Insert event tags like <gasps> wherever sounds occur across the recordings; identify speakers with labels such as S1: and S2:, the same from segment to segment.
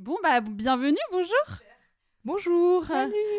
S1: Bon, bah, bienvenue, bonjour.
S2: Bonjour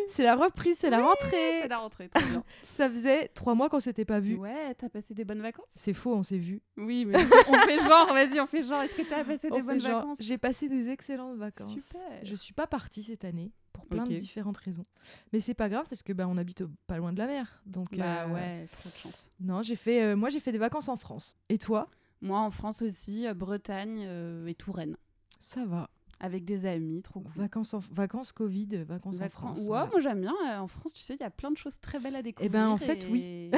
S2: C'est la reprise, c'est la
S1: C'est
S2: rentrée
S1: la rentrée, très bien.
S2: Ça faisait trois mois qu'on s'était pas
S1: <laughs>
S2: vu.
S1: ouais, t'as passé des bonnes vacances
S2: C'est faux, on s'est vu.
S1: Oui, mais on fait genre, vas-y, on fait genre. Est-ce que t'as passé
S2: On
S1: des
S2: fait
S1: bonnes
S2: genre,
S1: vacances
S2: J'ai passé des excellentes vacances.
S1: Super.
S2: Je suis pas partie cette année pour plein
S1: Ok.
S2: de différentes raisons. Mais c'est pas grave parce que bah, on habite au- pas loin de la mer. Donc
S1: Bah
S2: euh,
S1: ouais, trop de chance.
S2: Non, j'ai fait euh, moi j'ai fait des vacances en France. Et toi
S1: Moi, en France aussi, euh, Bretagne euh, et Touraine.
S2: Ça va.
S1: Avec des amis, trop cool.
S2: Vacances en vacances Covid, euh, vacances en
S1: Vacances.
S2: France.
S1: Ouais, Eh ben,
S2: voilà.
S1: moi j'aime bien. euh, En France, tu sais, il y a plein de choses très belles à découvrir.
S2: en fait, oui.
S1: et-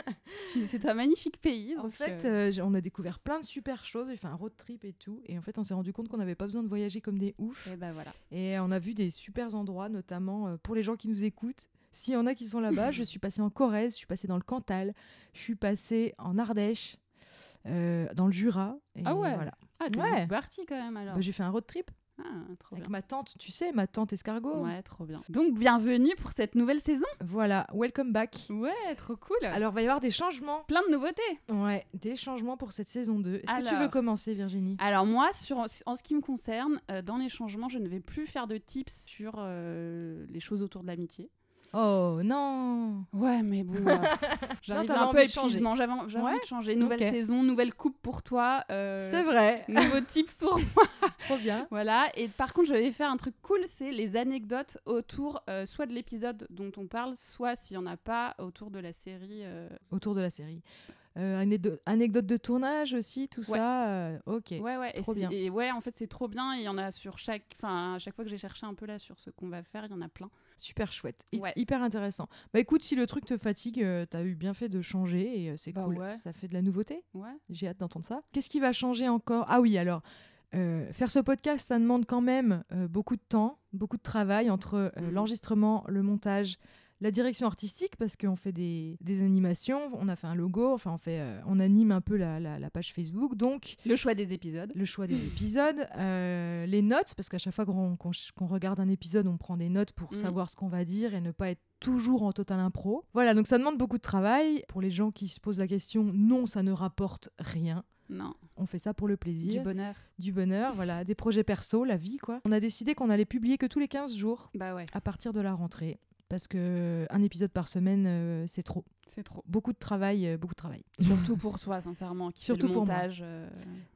S1: <laughs> C'est un magnifique pays.
S2: En
S1: donc,
S2: fait,
S1: euh,
S2: euh, j'ai- on a découvert plein de super choses. J'ai fait un road trip et tout. Et en fait, on s'est rendu compte qu'on n'avait pas besoin de voyager comme des oufs.
S1: eh ben voilà.
S2: Et on a vu des super endroits, notamment euh, pour les gens qui nous écoutent. S'il y en a qui sont là-bas, je suis passée en Corrèze, je suis passée dans le Cantal, je suis passée en Ardèche, euh, dans le Jura. et
S1: Ah ouais.
S2: voilà.
S1: Ah, t'es
S2: Ouais.
S1: parti quand même alors.
S2: Bah, J'ai fait un road trip
S1: Ah, trop bien.
S2: avec ma tante, tu sais, ma tante escargot.
S1: Ouais, trop bien. Donc, bienvenue pour cette nouvelle saison.
S2: Voilà, welcome back.
S1: Ouais, trop cool.
S2: Alors, va y avoir des changements.
S1: Plein de nouveautés.
S2: Ouais, des changements pour cette saison 2. Est-ce que tu veux
S1: Alors. Ah.
S2: commencer, Virginie
S1: Alors moi, sur, en ce qui me concerne, euh, dans les changements, je ne vais plus faire de tips sur euh, les choses autour de l'amitié.
S2: Oh non
S1: Ouais, mais <laughs> bon, euh, j'arrive
S2: t'avais
S1: un peu
S2: envie de changer.
S1: épuisement. J'avais j'avais
S2: Ouais.
S1: envie de changer. Nouvelle
S2: Ok.
S1: saison, nouvelle coupe pour toi. euh,
S2: C'est vrai,
S1: <laughs> Nouveaux tips pour moi.
S2: trop bien.
S1: Voilà. Et par contre, je vais faire un truc cool, c'est les anecdotes autour euh, soit de l'épisode dont on parle, soit s'il n'y en a pas autour de la série. euh,
S2: Autour de la série. Euh, anédo- anecdote de tournage aussi, tout
S1: Ouais.
S2: ça. euh, ok.
S1: Ouais, ouais. et
S2: Trop
S1: c'est-
S2: bien.
S1: Et ouais, en fait, c'est trop bien. Et Il y en a sur chaque. Enfin, à chaque fois que j'ai cherché un peu là sur ce qu'on va faire, il y en a plein.
S2: Super chouette, Hy-
S1: Ouais.
S2: hyper intéressant. Bah écoute, si le truc te fatigue, euh, t'as eu bien fait de changer et euh, c'est
S1: Bah
S2: cool.
S1: ouais.
S2: Ça fait de la nouveauté.
S1: Ouais.
S2: J'ai hâte d'entendre ça. Qu'est-ce qui va changer encore Ah oui, alors euh, faire ce podcast, ça demande quand même euh, beaucoup de temps, beaucoup de travail entre euh,
S1: Mhm.
S2: l'enregistrement, le montage. La direction artistique, parce qu'on fait des, des animations, on a fait un logo, enfin on, fait, euh, on anime un peu la, la- la page Facebook, donc
S1: Le choix des épisodes.
S2: le choix des épisodes, euh, les notes, parce qu'à chaque fois qu'on qu'on ch- qu'on regarde un épisode, on prend des notes pour
S1: Mm.
S2: savoir ce qu'on va dire et ne pas être toujours en total impro. Voilà, donc ça demande beaucoup de travail. Pour les gens qui se posent la question, non, ça ne rapporte rien.
S1: Non.
S2: On fait ça pour le
S1: Du
S2: plaisir, du,
S1: bonheur.
S2: bonheur, voilà, des projets perso, la vie, quoi. On a décidé qu'on allait publier que tous les 15 jours
S1: Bah ouais.
S2: à partir de la rentrée. Parce que euh, un épisode par semaine, euh, c'est trop.
S1: C'est
S2: <laughs>
S1: trop.
S2: Beaucoup de travail, euh, beaucoup de travail.
S1: Surtout pour toi, sincèrement. Qui
S2: Surtout
S1: fait le
S2: pour moi. Mm.
S1: montage. euh,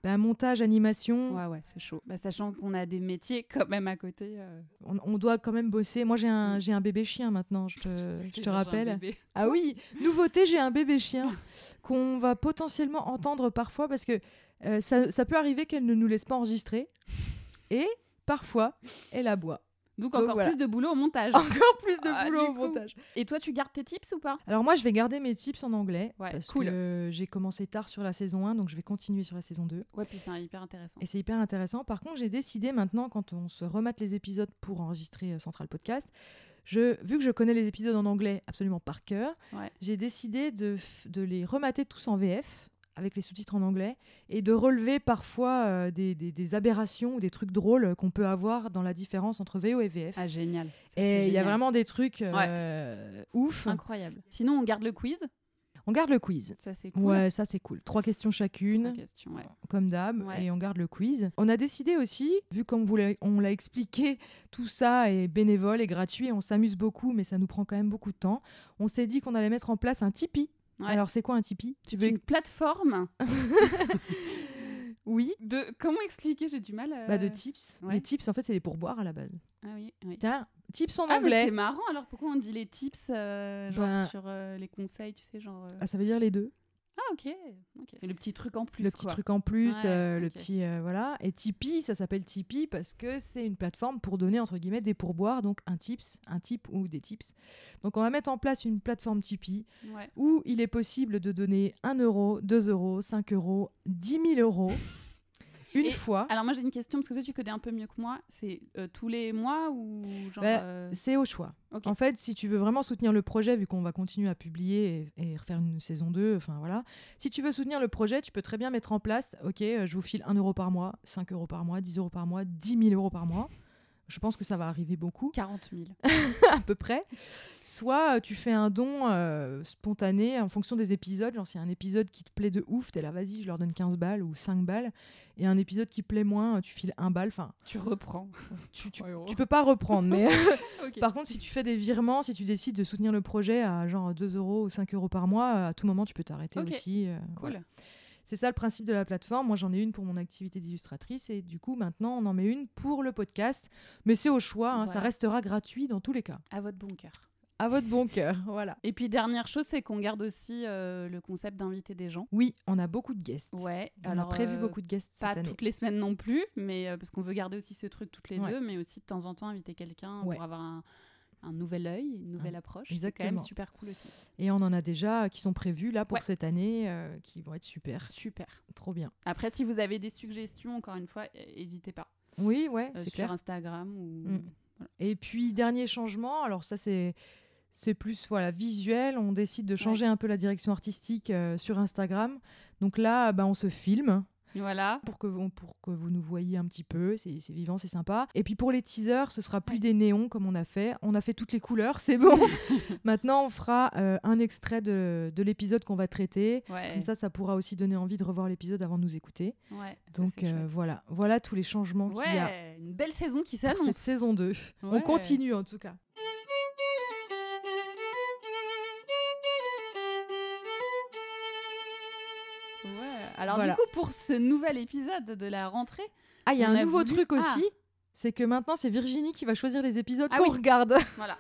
S2: Bah, montage, animation,
S1: Ouais, ouais, c'est chaud. Bah, sachant qu'on a des métiers quand même à côté. euh,
S2: on, on doit quand même bosser. Moi, j'ai un,
S1: Mm.
S2: j'ai un bébé chien
S1: <laughs>
S2: maintenant, je te, je
S1: j'ai-
S2: te
S1: j'ai un
S2: rappelle.
S1: bébé.
S2: Ah oui, nouveauté, j'ai un bébé chien qu'on va potentiellement entendre parfois parce que euh, ça, ça peut arriver qu'elle ne nous laisse pas enregistrer et parfois elle aboie.
S1: Donc,
S2: Donc,
S1: encore
S2: voilà.
S1: plus de boulot au montage.
S2: Encore plus de
S1: Ah,
S2: boulot
S1: du
S2: au
S1: coup.
S2: montage.
S1: Et toi, tu gardes tes tips ou pas
S2: Alors moi, je vais garder mes tips en anglais
S1: Ouais,
S2: parce
S1: cool.
S2: que j'ai commencé tard sur la saison 1, donc je vais continuer sur la saison 2.
S1: Ouais, puis c'est hyper intéressant.
S2: Et c'est hyper intéressant. Par contre, j'ai décidé maintenant, quand on se remate les épisodes pour enregistrer euh, Central Podcast, je, vu que je connais les épisodes en anglais absolument par cœur,
S1: Ouais.
S2: j'ai décidé de, f- de les remater tous en VF avec les sous-titres en anglais et de relever parfois euh, des, des- des aberrations ou des trucs drôles qu'on peut avoir dans la différence entre VO et VF.
S1: Ah, génial. Ça, c'est
S2: et il y a
S1: génial.
S2: vraiment des trucs euh, ouf.
S1: Incroyable. Sinon, on garde le quiz.
S2: On garde le quiz.
S1: Ça, c'est cool.
S2: Ouais, ça c'est cool. Trois questions chacune.
S1: Trois questions, ouais.
S2: comme d'hab,
S1: Ouais.
S2: et on garde le quiz. On a décidé aussi, vu comme vous l'a- on l'a expliqué, tout ça est bénévole et gratuit, on s'amuse beaucoup, mais ça nous prend quand même beaucoup de temps. On s'est dit qu'on allait mettre en place un Tipeee.
S1: Ouais.
S2: Alors c'est quoi un Tipeee Tu
S1: C'est Une plateforme
S2: Oui.
S1: de. Comment expliquer J'ai du mal à.
S2: Bah de tips.
S1: Euh, ouais.
S2: Les tips, en fait, c'est les pourboires à la base.
S1: Ah oui, oui.
S2: Tiens, tips en
S1: Ah, mais
S2: anglais.
S1: c'est marrant, alors pourquoi on dit les tips euh, genre
S2: Ben-
S1: sur euh, les conseils, tu sais, genre. euh,
S2: Ah, ça veut dire les deux.
S1: Ah, ok. ok. Et le petit truc en plus.
S2: le petit
S1: quoi.
S2: truc en plus,
S1: Ouais,
S2: euh, le
S1: ok.
S2: petit euh, voilà. Et Tipeee, ça s'appelle Tipeee parce que c'est une plateforme pour donner entre guillemets des pourboires, donc un tips, un tip ou des tips. Donc on va mettre en place une plateforme Tipeee
S1: Ouais.
S2: où il est possible de donner 1 euro, 2 euros, 5 euros, 10 000 euros une
S1: <laughs> Et
S2: fois.
S1: Alors moi j'ai une question parce que toi tu connais un peu mieux que moi. C'est euh, tous les mois ou genre
S2: Bah,
S1: euh,
S2: C'est au choix.
S1: ok.
S2: En fait, si tu veux vraiment soutenir le projet, vu qu'on va continuer à publier et, et refaire une saison 2, enfin voilà. Si tu veux soutenir le projet, tu peux très bien mettre en place, ok, euh, je vous file 1 euro par mois, 5 euros par mois, 10 euros par mois, 10 000 euros par mois. je pense que ça va arriver beaucoup,
S1: 40 000.
S2: à peu près. Soit euh, tu fais un don euh, spontané en fonction des épisodes. Genre, s'il y a un épisode qui te plaît de ouf, t'es là, vas-y, je leur donne 15 balles ou 5 balles. Et un épisode qui plaît moins, euh, tu files 1 balle. Enfin,
S1: Tu reprends.
S2: tu, tu,
S1: Trois euros.
S2: tu peux pas reprendre.
S1: <laughs>
S2: Mais
S1: Ah, Ok.
S2: par contre, si tu fais des virements, si tu décides de soutenir le projet à genre 2 euros ou 5 euros par mois, euh, à tout moment, tu peux t'arrêter
S1: Ok.
S2: aussi. euh, voilà.
S1: Cool.
S2: C'est ça le principe de la plateforme. Moi, j'en ai une pour mon activité d'illustratrice et du coup, maintenant, on en met une pour le podcast. Mais c'est au choix, hein, ça
S1: Voilà.
S2: restera gratuit dans tous les cas.
S1: À votre bon cœur.
S2: À votre bon cœur, <laughs> voilà.
S1: Et puis, dernière chose, c'est qu'on garde aussi euh, le concept d'inviter des gens.
S2: Oui, on a beaucoup de guests.
S1: Ouais.
S2: On
S1: alors,
S2: a prévu
S1: euh,
S2: beaucoup de guests
S1: Pas
S2: cette année.
S1: toutes les semaines non plus, mais euh, parce qu'on veut garder aussi ce truc toutes les
S2: Ouais.
S1: deux, mais aussi de temps en temps inviter quelqu'un
S2: Ouais. Ah,
S1: pour avoir un, un nouvel œil, une nouvelle approche. C'est quand
S2: exactement.
S1: même super cool aussi.
S2: Et on en a déjà euh, qui sont prévus là pour
S1: Ouais.
S2: cette année, euh, qui vont être super.
S1: Super.
S2: Trop bien.
S1: Après, si vous avez des suggestions, encore une fois, n'hésitez pas.
S2: Oui, ouais,
S1: Euh,
S2: c'est
S1: sur
S2: clair.
S1: Instagram ou.
S2: Mm. Et puis, dernier changement, alors ça, c'est. C'est plus voilà visuel, on décide de changer un peu la direction artistique euh, sur Instagram. Donc là, bah, on se filme,
S1: Voilà.
S2: pour que, vous, pour que vous nous voyiez un petit peu. C'est c'est vivant, c'est sympa. Et puis pour les teasers, ce sera plus
S1: Ouais.
S2: des néons comme on a fait. On a fait toutes les couleurs, <laughs>
S1: <laughs>
S2: c'est bon. Maintenant, on fera euh, un extrait de, de l'épisode qu'on va traiter.
S1: Ouais.
S2: Comme ça, ça pourra aussi donner envie de revoir l'épisode avant de nous écouter.
S1: ouais. Ça,
S2: Donc
S1: c'est
S2: euh,
S1: chouette.
S2: voilà, voilà tous les changements qu'il y a
S1: Ouais, une belle saison qui
S2: pour cette
S1: s'annonce.
S2: saison 2. On
S1: Ouais.
S2: continue en tout cas.
S1: Ouais. Alors
S2: Voilà.
S1: du coup, pour ce nouvel épisode de la rentrée,
S2: Ah, il y a
S1: On
S2: un
S1: a
S2: nouveau
S1: voulu-
S2: truc
S1: Ah.
S2: aussi. C'est que maintenant, c'est Virginie qui va choisir les épisodes
S1: Ah
S2: qu'on
S1: oui.
S2: regarde.
S1: voilà.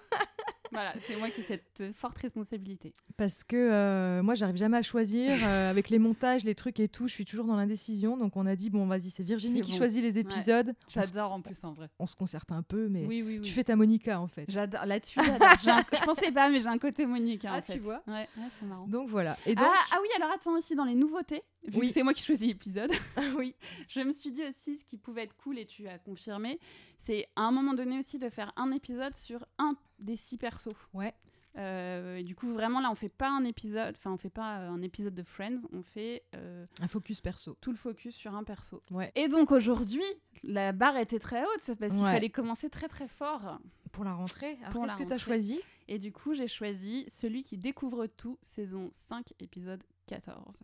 S1: voilà, c'est moi qui ai cette euh, forte responsabilité.
S2: Parce que euh, moi, j'arrive jamais à choisir euh, avec les montages, les trucs et tout. Je suis toujours dans l'indécision. Donc, on a dit bon, vas-y, c'est Virginie
S1: C'est
S2: qui
S1: bon.
S2: choisit les épisodes. On se-
S1: J'adore en plus en vrai.
S2: On, se concerte un peu, mais
S1: Oui, oui, oui.
S2: tu fais ta Monica en fait.
S1: J'adore
S2: <laughs>
S1: là-dessus. j'adore. J'ai un- Je pensais pas, mais j'ai un côté Monique. hein,
S2: Ah,
S1: en fait.
S2: tu vois
S1: Ouais, ouais, c'est marrant.
S2: Donc voilà. Et donc,
S1: ah, ah oui, alors attends aussi dans les nouveautés. Vu
S2: Oui. Ah
S1: que c'est moi qui choisis
S2: <laughs>
S1: l'épisode.
S2: oui,
S1: Je me suis dit aussi, ce qui pouvait être cool, et tu as confirmé, c'est à un moment donné aussi de faire un épisode sur un des six persos.
S2: Ouais.
S1: Euh, et du coup, vraiment, là, on fait pas un épisode, enfin, on fait pas euh, un épisode de Friends, on fait euh,
S2: un focus perso.
S1: tout le focus sur un perso.
S2: Ouais.
S1: Et donc aujourd'hui, la barre était très haute parce qu'il
S2: Ouais.
S1: fallait commencer très très fort.
S2: Pour la rentrée, alors,
S1: Pour la
S2: qu'est-ce que tu as
S1: rentrée.
S2: choisi
S1: Et du coup, j'ai choisi Celui qui découvre tout, saison 5, épisode 14.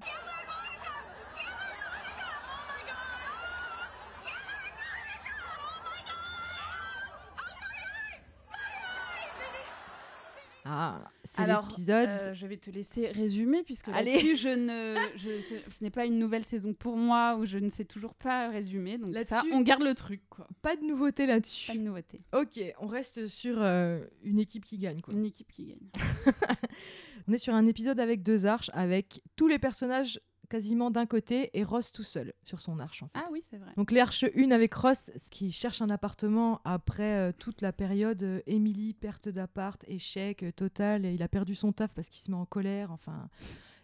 S2: Ah, c'est
S1: Alors,
S2: l'épisode.
S1: Euh, je vais te laisser résumer puisque
S2: Allez.
S1: là-dessus, je ne, je- ce ce n'est pas une nouvelle saison pour moi où je ne sais toujours pas résumer. Donc ça,
S2: Là-dessus-
S1: on garde le truc, quoi.
S2: Pas de nouveauté
S1: Pas de
S2: là-dessus.
S1: nouveauté. Mm.
S2: Ok, on reste sur euh, une équipe qui gagne. Quoi.
S1: Une équipe qui gagne.
S2: On est sur un épisode avec deux arches, avec tous les personnages quasiment d'un côté et Ross tout seul sur son arche en fait.
S1: Ah oui, c'est vrai.
S2: Donc l'arche 1 avec Ross, ce qui cherche un appartement après euh, toute la période euh, Emily, perte d'appart, échec euh, total, et il a perdu son taf parce qu'il se met en colère, enfin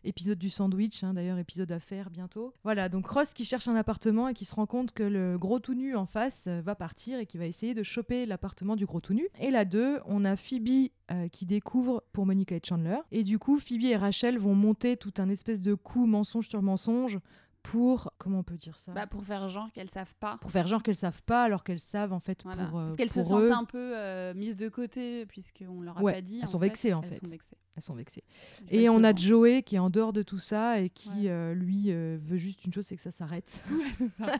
S2: épisode du sandwich, hein, d'ailleurs épisode à faire bientôt. Voilà, donc Ross qui cherche un appartement et qui se rend compte que le gros tout nu en face euh, va partir et qui va essayer de choper l'appartement du gros tout nu. Et là deux, on a Phoebe euh, qui découvre pour Monica et Chandler. Et du coup, Phoebe et Rachel vont monter tout un espèce de coup mensonge sur mensonge pour, comment on peut dire ça
S1: Bah, pour faire genre qu'elles savent pas.
S2: pour faire genre qu'elles savent pas alors qu'elles savent en fait
S1: Voilà.
S2: pour, euh,
S1: Parce qu'elles se
S2: pour
S1: sentent
S2: eux.
S1: un peu euh, mises de côté puisqu'on leur a
S2: Ouais,
S1: pas dit.
S2: elles
S1: en
S2: sont
S1: fait.
S2: vexées, en
S1: Elles
S2: fait.
S1: sont vexées.
S2: elles sont vexées
S1: Je
S2: et
S1: le
S2: on a
S1: sens.
S2: Joey qui est en dehors de tout ça et qui
S1: Ouais.
S2: euh, lui euh, veut juste une chose c'est que
S1: <laughs>
S2: ça s'arrête <laughs>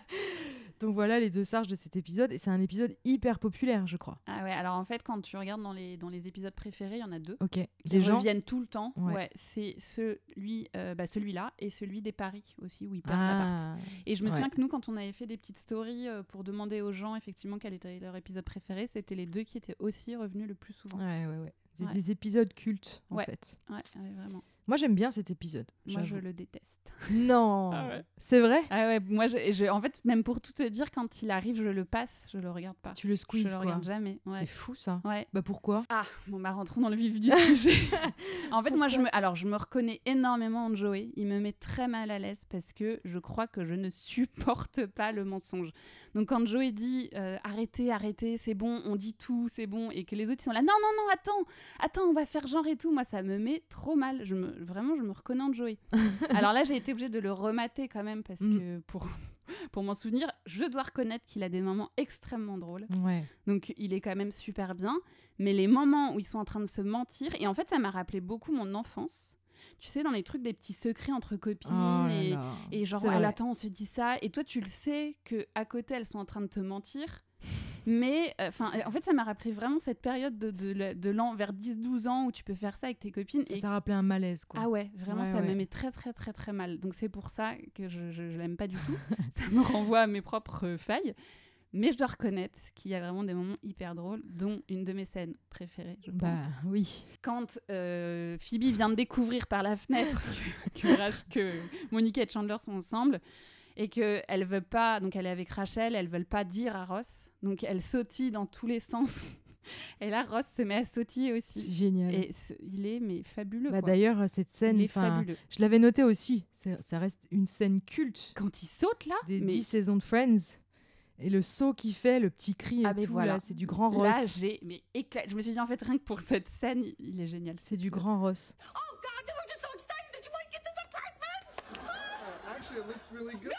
S2: donc voilà les deux sarges de cet épisode et c'est un épisode hyper populaire je crois
S1: Ah ouais, alors en fait, quand tu regardes dans les, dans les épisodes préférés, il y en a deux.
S2: ok
S1: qui
S2: les gens
S1: reviennent tout le temps.
S2: Ouais.
S1: Ouais. c'est celui, euh, bah, celui-là et celui des paris aussi où ils perdent l'appart.
S2: ah,
S1: Et je me
S2: ouais.
S1: souviens que nous, quand on avait fait des petites stories euh, pour demander aux gens effectivement quel était leur épisode préféré, c'était les deux qui étaient aussi revenus le plus souvent. Ouais,
S2: ouais ouais ouais c'est
S1: Ouais.
S2: des épisodes cultes en
S1: Ouais.
S2: fait
S1: ouais, vraiment.
S2: moi j'aime bien cet épisode
S1: Moi, je
S2: j'avoue.
S1: le déteste. <laughs>
S2: non
S1: Ah ouais.
S2: c'est vrai
S1: Ah ouais, moi, je, je- en fait, même pour tout te dire, quand il arrive, je le passe, je le regarde pas.
S2: tu le
S1: je
S2: squeezes
S1: le
S2: quoi
S1: regarde jamais.
S2: c'est
S1: Ouais.
S2: fou ça
S1: Ouais.
S2: bah pourquoi
S1: Ah, bon, bah rentrons dans le vif du sujet. en fait, moi, je me, alors, je me reconnais énormément en Joey. Il me met très mal à l'aise parce que je crois que je ne supporte pas le mensonge. Donc, quand Joey dit euh, arrêtez, arrêtez, c'est bon, on dit tout, c'est bon, et que les autres ils sont là, non, non, non, attends, attends, on va faire genre et tout, moi, ça me met trop mal. Je me, vraiment, je me reconnais en Joey. alors là, j'ai été obligée de le remater quand même parce
S2: Mm.
S1: que pour, <laughs> pour m'en souvenir. Je dois reconnaître qu'il a des moments extrêmement drôles.
S2: Ouais.
S1: Donc il est quand même super bien. Mais les moments où ils sont en train de se mentir, et en fait ça m'a rappelé beaucoup mon enfance. Tu sais, dans les trucs des petits secrets entre copines
S2: Oh là
S1: et,
S2: là.
S1: et genre,
S2: C'est
S1: elle
S2: vrai.
S1: attend, on se dit ça. Et toi, tu le sais que à côté, elles sont en train de te mentir. Mais enfin, en fait, ça m'a rappelé vraiment cette période de, de, la- de l'an vers 10-12 ans où tu peux faire ça avec tes copines.
S2: Ça
S1: et-
S2: t'a rappelé un malaise, quoi.
S1: Ah ouais, vraiment,
S2: Ouais,
S1: ça me
S2: ouais.
S1: met très très très très mal. Donc c'est pour ça que je, je, je l'aime pas du tout.
S2: <laughs>
S1: ça me renvoie à mes propres euh, failles. Mais je dois reconnaître qu'il y a vraiment des moments hyper drôles, dont une de mes scènes préférées, je pense
S2: bah oui.
S1: quand euh, Phoebe vient de découvrir par la fenêtre <laughs> que, que Rach- que Monica et Chandler sont ensemble et que elle veut pas, donc elle est avec Rachel, elles veulent pas dire à Ross, donc elle sautille dans tous les sens. <laughs> Et là, Ross se met à sautiller
S2: C'est
S1: aussi.
S2: génial.
S1: Et ce- il est mais fabuleux.
S2: Bah,
S1: quoi.
S2: D'ailleurs, cette scène,
S1: il est
S2: enfin,
S1: fabuleux.
S2: je l'avais noté aussi. Ça, ça reste une scène culte
S1: Quand il saute là,
S2: des
S1: Ah, mais
S2: 10 saisons de Friends. Et le saut qu'il fait, le petit cri, et
S1: Ah, mais
S2: tout,
S1: voilà.
S2: là, c'est du grand Ross.
S1: là j'ai mais éclat. Je me suis dit en fait rien que pour cette scène, il est génial.
S2: c'est du grand Ross.
S3: Actually, it looks really good.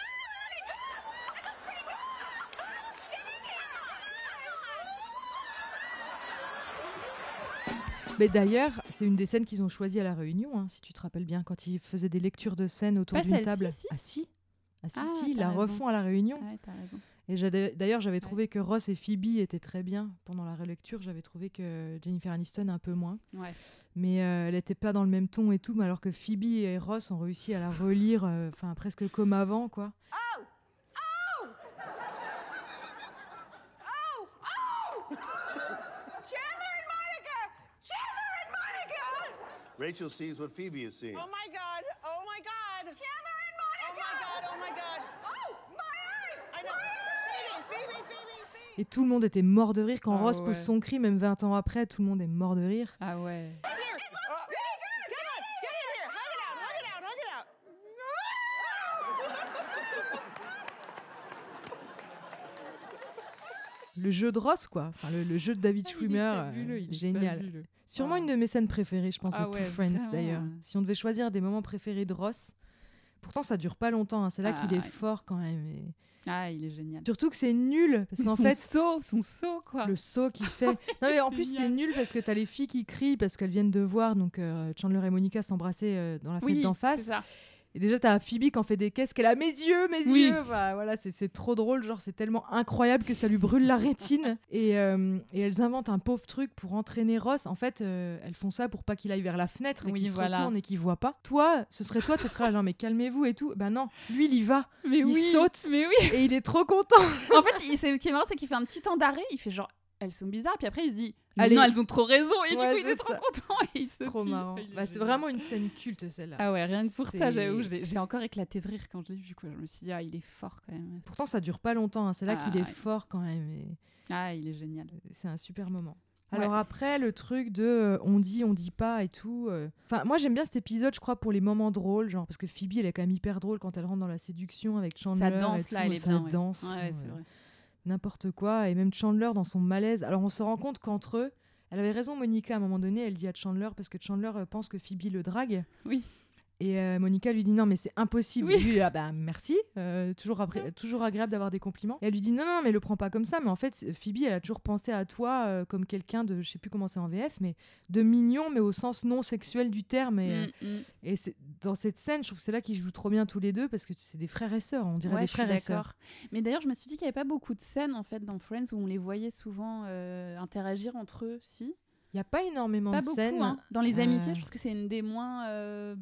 S2: Mais d'ailleurs, c'est une des scènes qu'ils ont choisie à la réunion, hein, si tu te rappelles bien, quand ils faisaient des lectures de scènes autour
S1: Pas
S2: d'une
S1: celle-ci,
S2: table.
S1: si.
S2: Ah si Ah si,
S1: Ah,
S2: si, ils
S1: t'as
S2: la
S1: raison.
S2: refont à la réunion.
S1: Ouais, t'as raison.
S2: Et j'ai- d'ailleurs, j'avais trouvé que Ross et Phoebe étaient très bien pendant la relecture. J'avais trouvé que Jennifer Aniston un peu moins.
S1: Ouais.
S2: Mais euh, elle n'était pas dans le même ton et tout, mais alors que Phoebe et Ross ont réussi à la relire, euh, enfin presque comme avant, quoi.
S4: Chandler and Monica! Chandler and Monica!
S3: Rachel sees what Phoebe is seeing.
S4: Oh my god! Oh my god! Chandler and Monica! Oh my god! Oh my god! Oh my eyes! I know. Phoebe, Phoebe, Phoebe, Phoebe.
S2: Et tout le monde était mort de rire quand
S1: Ah
S2: Ross
S1: ouais.
S2: pose son cri, même 20 ans après, tout le monde est mort de rire.
S1: Ah ouais.
S4: Here. It looks really good. Come on, get in here. Hug it out. Hug it out. Hug it out.
S2: Le jeu de Ross, quoi. Enfin, le, le jeu de David
S1: Ah, il est
S2: Schwimmer, euh,
S1: fabuleux, il est
S2: génial.
S1: fabuleux.
S2: Sûrement
S1: Ah.
S2: une de mes scènes préférées, je pense,
S1: Ah
S2: de
S1: ouais,
S2: tout Friends
S1: vraiment.
S2: d'ailleurs. Si on devait choisir des moments préférés de Ross, pourtant ça dure pas longtemps. hein. C'est là qu'il
S1: Ah,
S2: est
S1: ouais.
S2: fort quand même. et-
S1: Ah, il est génial.
S2: Surtout que c'est nul parce
S1: <laughs>
S2: qu'en
S1: son
S2: fait
S1: saut, son saut quoi.
S2: le saut qu'il
S1: <laughs>
S2: fait. non mais en plus c'est
S1: génial.
S2: nul parce que t'as les filles qui crient parce qu'elles viennent de voir donc euh, Chandler et Monica s'embrasser euh, dans la fête
S1: Oui,
S2: d'en
S1: c'est
S2: face.
S1: ça.
S2: Et déjà t'as Phoebe qui en fait des caisses qu'elle a mes yeux, mes
S1: Oui.
S2: yeux. Enfin, voilà c'est c'est trop drôle genre c'est tellement incroyable que ça lui brûle
S1: <laughs>
S2: la rétine. et, euh, et elles inventent un pauvre truc pour entraîner Ross. En fait euh, elles font ça pour pas qu'il aille vers la fenêtre et
S1: Oui,
S2: qu'il
S1: voilà.
S2: se retourne et qu'il voit pas. Toi ce serait toi t'être là non mais calmez-vous et tout. Ben non lui il y va
S1: Mais
S2: Il
S1: oui,
S2: saute.
S1: Mais oui. <laughs>
S2: et il est trop content.
S1: En fait, il- c'est- ce qui est marrant, c'est qu'il fait un petit temps d'arrêt. Il fait genre, elles sont bizarres. Puis après, il se dit, mais
S2: Allez.
S1: non, elles ont trop raison. Et
S2: Ouais,
S1: du coup, il
S2: c'est
S1: est trop
S2: ça.
S1: content. Et il se
S2: trop
S1: tire.
S2: marrant.
S1: Il est
S2: Bah, c'est
S1: génial.
S2: vraiment une scène culte celle-là.
S1: Ah ouais, rien que pour ça, j'avoue,
S2: C'est-
S1: j'ai j'ai encore éclaté de rire quand je l'ai vu. Quoi. Je me suis dit, ah, il est fort quand même.
S2: Pourtant, ça dure pas longtemps. hein. C'est là qu'il
S1: Ah,
S2: est
S1: ouais.
S2: fort quand même. et
S1: Ah, il est génial.
S2: C'est un super moment.
S1: Ouais.
S2: Alors après, le truc de euh, on dit, on dit pas et tout. euh. Enfin, moi j'aime bien cet épisode, je crois, pour les moments drôles, genre parce que Phoebe, elle est quand même hyper drôle quand elle rentre dans la séduction avec Chandler.
S1: ça
S2: et
S1: danse
S2: tout,
S1: là, elle est
S2: ça
S1: bien. ouais.
S2: danse.
S1: Ouais, ouais, c'est
S2: euh,
S1: vrai.
S2: N'importe quoi. Et même Chandler dans son malaise. Alors on se rend compte qu'entre eux, elle avait raison, Monica, à un moment donné, elle dit à Chandler parce que Chandler euh, pense que Phoebe le drague.
S1: Oui.
S2: Et euh, Monica lui dit non mais c'est impossible.
S1: Oui.
S2: Et Lui ah bah merci, euh, toujours, après- toujours agréable d'avoir des compliments. Et elle lui dit non non mais le prends pas comme ça. Mais en fait c'est- Phoebe elle a toujours pensé à toi euh, comme quelqu'un de je sais plus comment c'est en VF mais de mignon mais au sens non sexuel du terme. Et, euh,
S1: Mm, mm.
S2: et c'est- dans cette scène je trouve que c'est là qu'ils jouent trop bien tous les deux parce que c'est des frères et sœurs. On dirait
S1: Ouais,
S2: des
S1: je suis
S2: frères et sœurs.
S1: d'accord. Mais d'ailleurs, je me suis dit qu'il n'y avait pas beaucoup de scènes en fait dans Friends où on les voyait souvent euh, interagir entre eux, si.
S2: Il y a pas énormément
S1: Pas
S2: de
S1: beaucoup.
S2: scènes.
S1: hein. Dans les
S2: euh,
S1: amitiés, je trouve que c'est une des moins euh,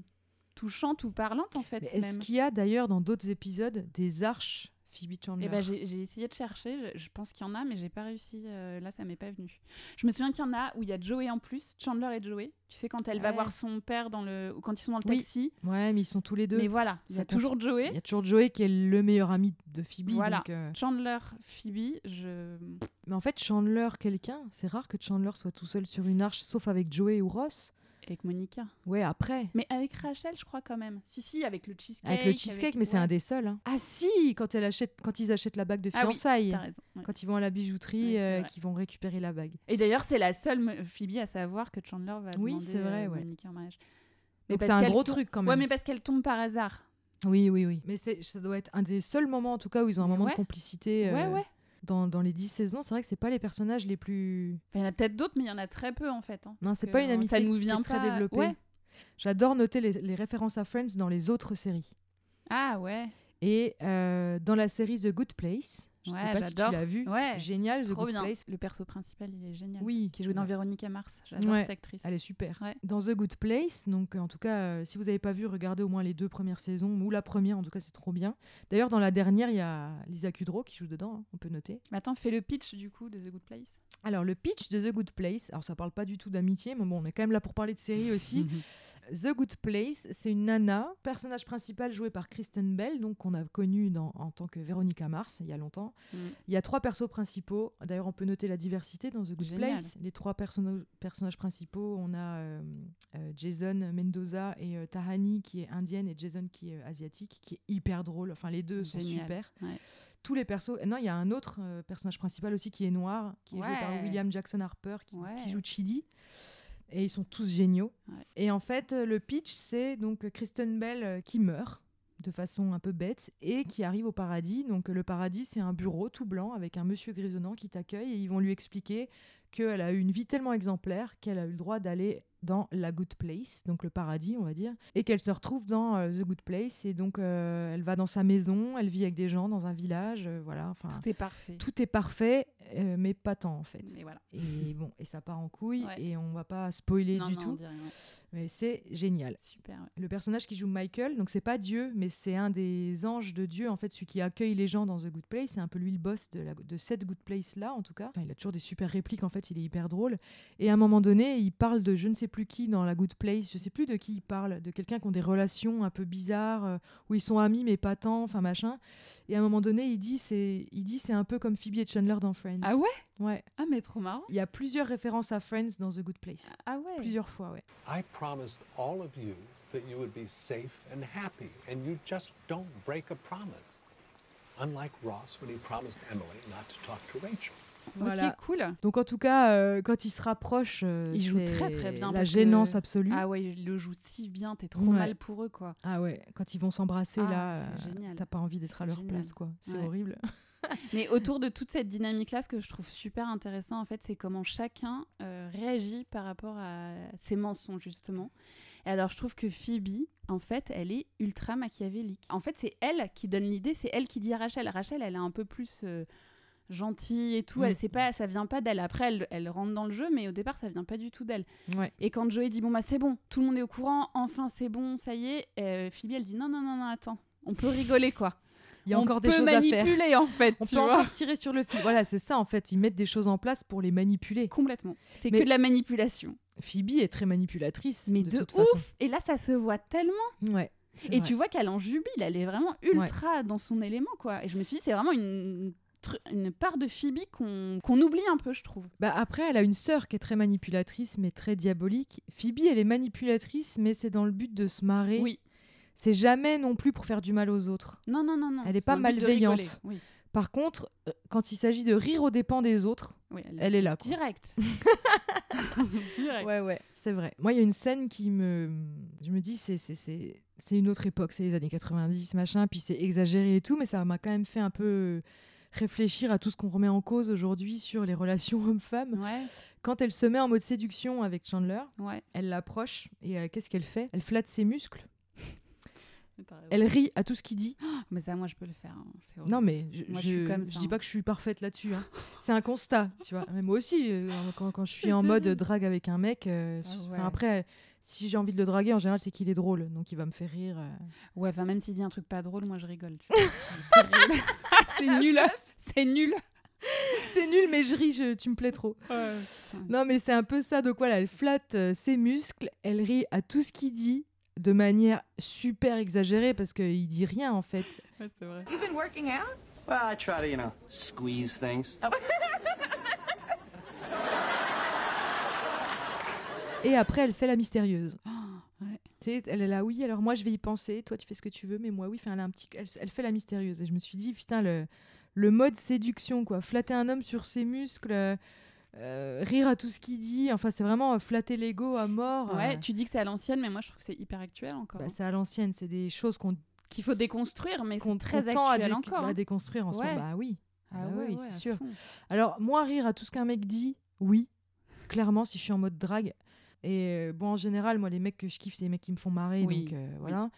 S1: touchantes ou parlantes en fait.
S2: Mais
S1: même.
S2: est-ce qu'il y a d'ailleurs dans d'autres épisodes des arches Phoebe Chandler
S1: Eh ben, j'ai j'ai essayé de chercher, je, je pense qu'il y en a, mais j'ai pas réussi. euh, là, ça m'est pas venu. Je me souviens qu'il y en a où il y a Joey en plus, Chandler et Joey. Tu sais, quand elle va
S2: Ouais.
S1: voir son père dans le, ou quand ils sont dans le
S2: Oui,
S1: taxi.
S2: Ouais mais ils sont tous les deux.
S1: Mais voilà, il y
S2: Ça
S1: a toujours
S2: Il y
S1: Joey,
S2: a toujours Joey qui est le meilleur ami de Phoebe.
S1: Voilà.
S2: donc, euh,
S1: Chandler, Phoebe. Je...
S2: Mais en fait, Chandler, quelqu'un, c'est rare que Chandler soit tout seul sur une arche, sauf avec Joey ou Ross.
S1: Avec Monica.
S2: Ouais, après.
S1: Mais avec Rachel, je crois quand même. Si, si, avec le cheesecake.
S2: Avec le cheesecake, mais c'est
S1: ouais,
S2: un des seuls. hein. Ah si, quand, elle achète, quand ils achètent la bague de
S1: Ah oui,
S2: fiançailles.
S1: T'as raison. ouais.
S2: quand ils vont à la bijouterie,
S1: Oui, c'est
S2: euh,
S1: vrai.
S2: qu'ils vont récupérer la bague.
S1: Et d'ailleurs, c'est la seule me- Phoebe à savoir que Chandler va
S2: Oui,
S1: demander
S2: c'est vrai,
S1: euh,
S2: ouais.
S1: Monica en mariage.
S2: Donc
S1: parce
S2: c'est un
S1: qu'elle
S2: gros
S1: tou-
S2: truc quand
S1: Ouais,
S2: même.
S1: mais parce qu'elle tombe par hasard.
S2: Oui, oui, oui. Mais c'est- ça doit être un des seuls moments, en tout cas, où ils ont un
S1: Mais
S2: moment
S1: ouais.
S2: de complicité.
S1: Ouais,
S2: euh,
S1: ouais.
S2: Dans, dans les 10 saisons, c'est vrai que c'est pas les personnages les plus.
S1: Enfin, il y en a peut-être d'autres, mais il y en a très peu en fait. hein,
S2: Non,
S1: parce
S2: c'est
S1: que
S2: pas une amitié
S1: Ça nous
S2: qui est
S1: vient
S2: très
S1: pas-
S2: développée.
S1: Ouais.
S2: J'adore noter les, les références à Friends dans les autres séries.
S1: Ah ouais.
S2: Et euh, dans la série The Good Place, je
S1: Ouais,
S2: sais pas si tu
S1: j'adore.
S2: l'as vu.
S1: Ouais.
S2: Génial, The
S1: Trop
S2: Good
S1: bien.
S2: Place.
S1: Le perso principal, il est génial.
S2: Oui.
S1: Qui joue dans
S2: Ouais.
S1: Véronique et Mars. J'adore
S2: Ouais.
S1: cette actrice.
S2: Elle est super.
S1: Ouais.
S2: Dans The Good Place, donc euh, en tout cas, euh, si vous n'avez pas vu, regardez au moins les deux premières saisons, ou la première, en tout cas, c'est trop bien. D'ailleurs, dans la dernière, il y a Lisa Kudrow qui joue dedans, hein, on peut noter.
S1: Mais attends, fais le pitch du coup de The Good
S2: <laughs>
S1: Place.
S2: Alors, le pitch de The Good Place, alors ça parle pas du tout d'amitié, mais bon, on est quand même là pour parler de série
S1: <laughs>
S2: aussi. The Good Place, c'est une nana, personnage principal joué par Kristen Bell, donc qu'on a connu dans- en tant que Véronica Mars il y a longtemps.
S1: Mm.
S2: Il y a trois persos principaux. D'ailleurs, on peut noter la diversité dans The Good
S1: Génial.
S2: Place. Les trois personno- personnages principaux, on a euh, euh, Jason Mendoza et euh, Tahani qui est indienne et Jason qui est euh, asiatique, qui est hyper drôle. Enfin, les deux sont
S1: Génial,
S2: super.
S1: ouais.
S2: Tous les persos. Non, il y a un autre euh, personnage principal aussi qui est noir, qui est joué
S1: Ouais.
S2: par William Jackson Harper, qui, qui
S1: Ouais.
S2: joue Chidi. Et ils sont tous géniaux.
S1: Ouais.
S2: Et en fait, euh, le pitch, c'est donc euh, Kristen Bell euh, qui meurt de façon un peu bête et qui arrive au paradis. Donc euh, le paradis, c'est un bureau tout blanc avec un monsieur grisonnant qui t'accueille et ils vont lui expliquer qu'elle a eu une vie tellement exemplaire qu'elle a eu le droit d'aller dans la good place, donc le paradis, on va dire, et qu'elle se retrouve dans euh, the good place et donc euh, elle va dans sa maison, elle vit avec des gens dans un village, euh, voilà, enfin
S1: Tout est parfait.
S2: tout est parfait, euh, mais pas tant en fait.
S1: Et voilà.
S2: Et bon, et ça part en couille
S1: Ouais.
S2: et on va pas spoiler
S1: non,
S2: du
S1: non, on
S2: tout,
S1: dirait, ouais.
S2: mais c'est génial.
S1: Super. ouais.
S2: Le personnage qui joue Michael, donc c'est pas Dieu, mais c'est un des anges de Dieu, en fait, celui qui accueille les gens dans The Good Place. C'est un peu lui le boss de, la- de cette Good Place-là, en tout cas. Enfin, il a toujours des super répliques, en fait, il est hyper drôle. Et à un moment donné, il parle de je ne sais plus qui dans la Good Place, je sais plus de qui il parle, de quelqu'un qui ont des relations un peu bizarres, euh, où ils sont amis mais pas tant, enfin machin. Et à un moment donné, il dit c'est il dit c'est un peu comme Phoebe et Chandler dans Friends.
S1: Ah ouais
S2: Ouais.
S1: Ah mais trop marrant.
S2: Il y a plusieurs références à Friends dans The Good Place.
S1: Ah ouais.
S2: Plusieurs fois, ouais.
S5: I promised all of you that you would be safe and happy, and you just don't break a promise. Unlike Ross when he promised Emily not to talk to Rachel.
S2: Voilà.
S1: Ok, cool.
S2: Donc en tout cas, euh, quand il se rapproche, euh,
S1: Il joue
S2: c'est
S1: très, très bien,
S2: La
S1: parce que-
S2: gênance absolue. Ah
S1: Ah ouais, il le joue si bien, t'es trop
S2: Ouais.
S1: mal pour eux quoi.
S2: ouais. quand ils vont s'embrasser
S1: Ah,
S2: là,
S1: c'est
S2: euh,
S1: génial.
S2: t'as pas envie d'être à
S1: C'est
S2: leur
S1: génial.
S2: place quoi. C'est
S1: Ouais.
S2: horrible. <laughs>
S1: Mais autour de toute cette dynamique-là, ce que je trouve super intéressant, en fait, c'est comment chacun euh, réagit par rapport à ces mensonges, justement. Et alors, je trouve que Phoebe, en fait, elle est ultra machiavélique. En fait, c'est elle qui donne l'idée, c'est elle qui dit à Rachel. Rachel, elle est un peu plus euh, gentille et tout.
S2: Mm.
S1: Elle, c'est pas, ça vient pas d'elle. Après, elle, elle rentre dans le jeu, mais au départ, ça vient pas du tout d'elle.
S2: Ouais.
S1: Et quand Joey dit bon bah c'est bon, tout le monde est au courant, enfin c'est bon, ça y est, euh, Phoebe elle dit non non non non attends, on peut rigoler quoi.
S2: Il y a
S1: On
S2: encore des
S1: peut
S2: choses à faire.
S1: manipuler en fait,
S2: On
S1: tu
S2: peut
S1: vois.
S2: encore tirer sur le fil. Voilà, c'est ça en fait. Ils mettent des choses en place pour les manipuler.
S1: <laughs> Complètement. C'est
S2: Mais-
S1: que de la manipulation.
S2: Phoebe est très manipulatrice.
S1: Mais
S2: de,
S1: de
S2: toute
S1: ouf
S2: façon.
S1: Et là, ça se voit tellement.
S2: Ouais. c'est
S1: Et
S2: vrai.
S1: tu vois qu'elle en jubile. Elle est vraiment ultra dans son élément, quoi. Et je me suis dit, c'est vraiment une, tru- une part de Phoebe qu'on qu'on oublie un peu, je trouve.
S2: Bah après, elle a une sœur qui est très manipulatrice, mais très diabolique. Phoebe, elle est manipulatrice, mais c'est dans le but de se marrer.
S1: Oui.
S2: C'est jamais non plus pour faire du mal aux autres.
S1: Non, non, non, non.
S2: Elle est
S1: C'est
S2: pas
S1: dans le but de
S2: malveillante.
S1: rigoler. Oui.
S2: Par contre, euh, quand il s'agit de rire aux dépens des autres,
S1: Oui, elle,
S2: elle est là. quoi. <laughs>
S1: Direct. <laughs> Direct.
S2: Ouais, ouais, c'est vrai. Moi, il y a une scène qui me. Je me dis, c'est, c'est, c'est, c'est une autre époque, c'est les années 90, machin, puis c'est exagéré et tout, mais ça m'a quand même fait un peu réfléchir à tout ce qu'on remet en cause aujourd'hui sur les relations <laughs> hommes-femmes.
S1: Ouais,
S2: Quand elle se met en mode séduction avec Chandler,
S1: ouais.
S2: elle l'approche et euh, qu'est-ce qu'elle fait Elle flatte ses muscles,
S1: T'as raison.
S2: elle rit à tout ce qu'il dit.
S1: Mais ça, moi, je peux le faire. hein. C'est horrible.
S2: Non, mais je,
S1: Moi,
S2: je,
S1: je suis comme
S2: je
S1: ça,
S2: dis
S1: hein.
S2: pas que je suis parfaite là-dessus. hein. C'est un constat, tu vois. Mais moi aussi, euh, quand, <laughs> quand je suis
S1: C'est
S2: en mode
S1: terrible.
S2: drague avec un mec, euh,
S1: Ah
S2: s- enfin,
S1: ouais.
S2: après, si j'ai envie de le draguer, en général, c'est qu'il est drôle. Donc, il va me faire rire. euh.
S1: Ouais, enfin, même s'il dit un truc pas drôle, moi, je rigole.
S2: <laughs>
S1: tu vois. C'est terrible. C'est nul. C'est nul.
S2: C'est nul, mais je ris, je- tu me plais trop. Non, mais c'est un peu ça. Donc, voilà, elle flatte euh, ses muscles, elle rit à tout ce qu'il dit de manière super exagérée parce qu'il dit rien, en fait.
S1: Ouais, c'est vrai.
S6: You've been working out?
S7: Well, I try to, you know, squeeze things.
S2: Et après, elle fait la mystérieuse.
S1: Oh, ouais.
S2: Tu sais, elle est là, oui, alors moi je vais y penser, toi tu fais ce que tu veux, mais moi oui, enfin, elle, a un petit... elle, s- elle fait la mystérieuse. Et je me suis dit, putain, le, le mode séduction, quoi. Flatter un homme sur ses muscles, euh, euh, rire à tout ce qu'il dit, enfin, c'est vraiment euh, flatter l'ego à mort. euh.
S1: Ouais, tu dis que c'est à l'ancienne, mais moi je trouve que c'est hyper actuel encore.
S2: Bah,
S1: hein.
S2: c'est à l'ancienne, c'est des choses qu'on
S1: qu'il faut déconstruire, mais
S2: qu'on
S1: c'est très
S2: qu'on tend
S1: actuel
S2: à, dé-
S1: encore.
S2: à
S1: hein.
S2: déconstruire en ce moment.
S1: Ouais.
S2: Bah oui. Ah, bah oui,
S1: à
S2: c'est sûr.
S1: fond.
S2: Alors, moi, rire à tout ce qu'un mec dit, oui. Clairement, si je suis en mode drague. Et euh, bon, en général, moi, les mecs que je kiffe, c'est les mecs qui me font marrer.
S1: Oui,
S2: Donc, euh, voilà.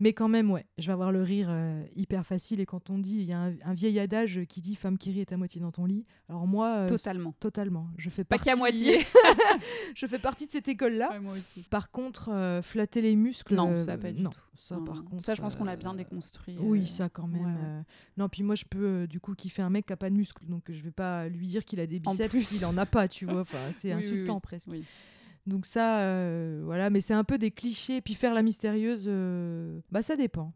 S2: Mais quand même, ouais, je vais avoir le rire euh, hyper facile. Et quand on dit, il y a un, un vieil adage qui dit femme qui rit est à moitié dans ton lit. Alors, moi, euh,
S1: Totalement.
S2: totalement. Je fais
S1: Pas qu'à
S2: partie-
S1: moitié.
S2: <laughs> je fais partie de cette école-là.
S1: moi aussi.
S2: Par contre, euh, flatter les muscles.
S1: Non,
S2: euh,
S1: ça, pas du
S2: non,
S1: tout.
S2: ça, par contre.
S1: ça, je pense qu'on l'a
S2: euh,
S1: bien déconstruit. euh,
S2: Oui, ça quand même.
S1: ouais, ouais.
S2: euh, Non, puis moi je peux euh, du coup kiffer un mec qui a pas de muscles, donc euh, je vais pas lui dire qu'il a des
S1: En
S2: biceps
S1: plus.
S2: s'il en a pas, tu
S1: <laughs>
S2: vois. Enfin, c'est
S1: Oui, oui,
S2: insultant
S1: oui.
S2: presque.
S1: Oui.
S2: Donc ça, euh, voilà. Mais c'est un peu des clichés. Puis faire la mystérieuse, euh, bah ça dépend.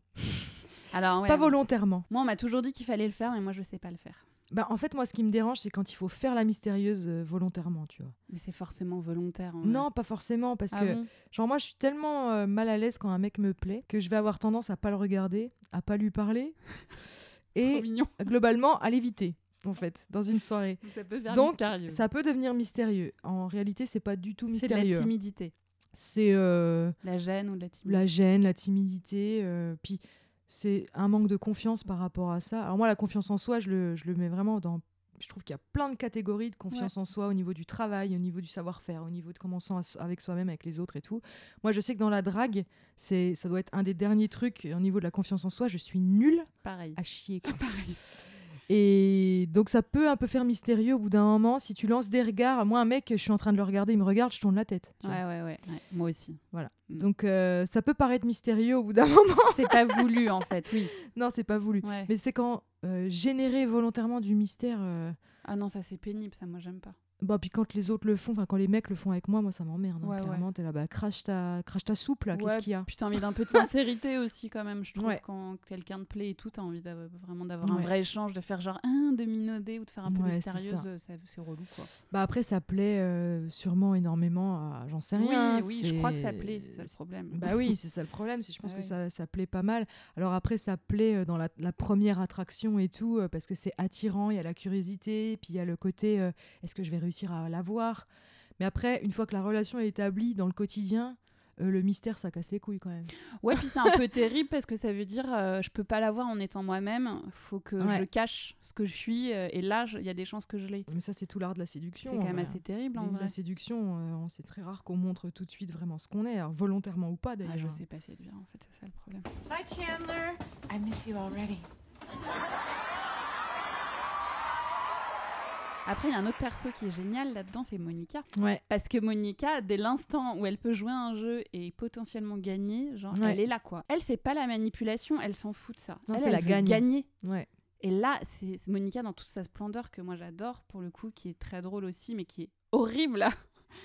S1: Alors, ouais,
S2: pas
S1: ouais.
S2: volontairement.
S1: Moi, on m'a toujours dit qu'il fallait le faire, mais moi, je sais pas le faire.
S2: Bah en fait moi ce qui me dérange c'est quand il faut faire la mystérieuse euh, volontairement, tu vois.
S1: Mais c'est forcément volontaire. en vrai.
S2: Non, pas forcément parce
S1: Ah
S2: que
S1: bon
S2: Genre moi je suis tellement euh, mal à l'aise quand un mec me plaît que je vais avoir tendance à pas le regarder, à pas
S1: <laughs>
S2: lui parler
S1: Trop
S2: et
S1: mignon.
S2: globalement à l'éviter en fait dans une soirée.
S1: Ça peut faire
S2: Donc
S1: mystérieux.
S2: ça peut devenir mystérieux. En réalité c'est pas du tout
S1: c'est de la
S2: mystérieux. hein.
S1: timidité.
S2: C'est euh,
S1: La gêne ou de la timidité.
S2: la gêne, la timidité, euh, puis c'est un manque de confiance par rapport à ça. Alors moi la confiance en soi je le, je le mets vraiment dans... Je trouve qu'il y a plein de catégories de confiance en soi au niveau du travail, au niveau du savoir-faire, au niveau de comment on se sent avec soi-même, avec les autres et tout. Moi, je sais que dans la drague, c'est ça doit être un des derniers trucs au niveau de la confiance en soi. Je suis nulle
S1: Pareil.
S2: à chier. quoi.
S1: Pareil.
S2: Et donc, ça peut un peu faire mystérieux au bout d'un moment. Si tu lances des regards, moi, un mec, je suis en train de le regarder, il me regarde, je tourne la tête.
S1: <laughs>
S2: tu
S1: Ouais,
S2: vois.
S1: ouais, ouais, ouais. Moi aussi.
S2: Donc, euh, ça peut paraître mystérieux au bout d'un <laughs> moment.
S1: C'est pas voulu, en fait, oui.
S2: non, c'est pas voulu.
S1: Ouais.
S2: Mais c'est quand euh, générer volontairement du mystère. euh,
S1: Ah non, ça, c'est pénible, ça, moi, j'aime pas.
S2: Bah, puis quand les autres le font, enfin quand les mecs le font avec moi, moi ça m'emmerde. hein,
S1: Ouais, ouais.
S2: clairement, t'es là, bah crache ta, crache ta soupe là, qu'est-ce
S1: Ouais,
S2: qu'il y a
S1: Puis t'as envie d'un peu de sincérité <laughs> aussi, quand même. Je trouve
S2: Ouais.
S1: quand quelqu'un te plaît et tout, t'as envie d'avoir- vraiment d'avoir un
S2: Ouais.
S1: vrai échange, de faire genre un demi-nodé ou de faire un peu
S2: Ouais, c'est
S1: mystérieuse.
S2: ça.
S1: euh, ça- C'est relou, quoi.
S2: Bah après, ça plaît euh, sûrement énormément à. J'en sais
S1: Oui,
S2: rien.
S1: oui, je crois que ça
S2: c'est-
S1: plaît, c'est ça le problème.
S2: Bah oui, c'est ça le problème, c'est je pense
S1: Ah
S2: que
S1: oui.
S2: ça, ça plaît pas mal. Alors après, ça plaît euh, dans la, la première attraction et tout, euh, parce que c'est attirant, il y a la curiosité, puis il y a le côté euh, est-ce que je vais réussir à l'avoir Mais après, une fois que la relation est établie dans le quotidien, euh, le mystère, ça casse les couilles quand même.
S1: Ouais, puis c'est
S2: <laughs>
S1: un peu terrible parce que ça veut dire euh, je peux pas l'avoir en étant moi-même. Faut que
S2: Ouais.
S1: je cache ce que je suis euh, et là, je- il y a des chances que je l'ai.
S2: Mais ça, c'est tout l'art de la
S1: C'est
S2: séduction.
S1: quand
S2: en
S1: même
S2: vrai.
S1: assez terrible en
S2: Mais
S1: vrai.
S2: La séduction, euh, on- c'est très rare qu'on montre tout de suite vraiment ce qu'on est, alors volontairement ou pas d'ailleurs.
S1: Ah, je sais pas séduire en fait, c'est ça le problème.
S6: Bye, Chandler.
S4: I miss you already.
S1: Après, il y a un autre perso qui est génial là-dedans, c'est Monica.
S2: Ouais.
S1: Parce que Monica, dès l'instant où elle peut jouer à un jeu et potentiellement gagner, genre
S2: Ouais.
S1: elle est là quoi. Elle, c'est pas la manipulation, elle s'en fout de ça.
S2: Non,
S1: elle,
S2: c'est
S1: elle
S2: la
S1: veut
S2: gagne.
S1: gagner.
S2: Ouais.
S1: Et là, c'est c'est Monica dans toute sa splendeur que moi j'adore pour le coup, qui est très drôle aussi, mais qui est horrible.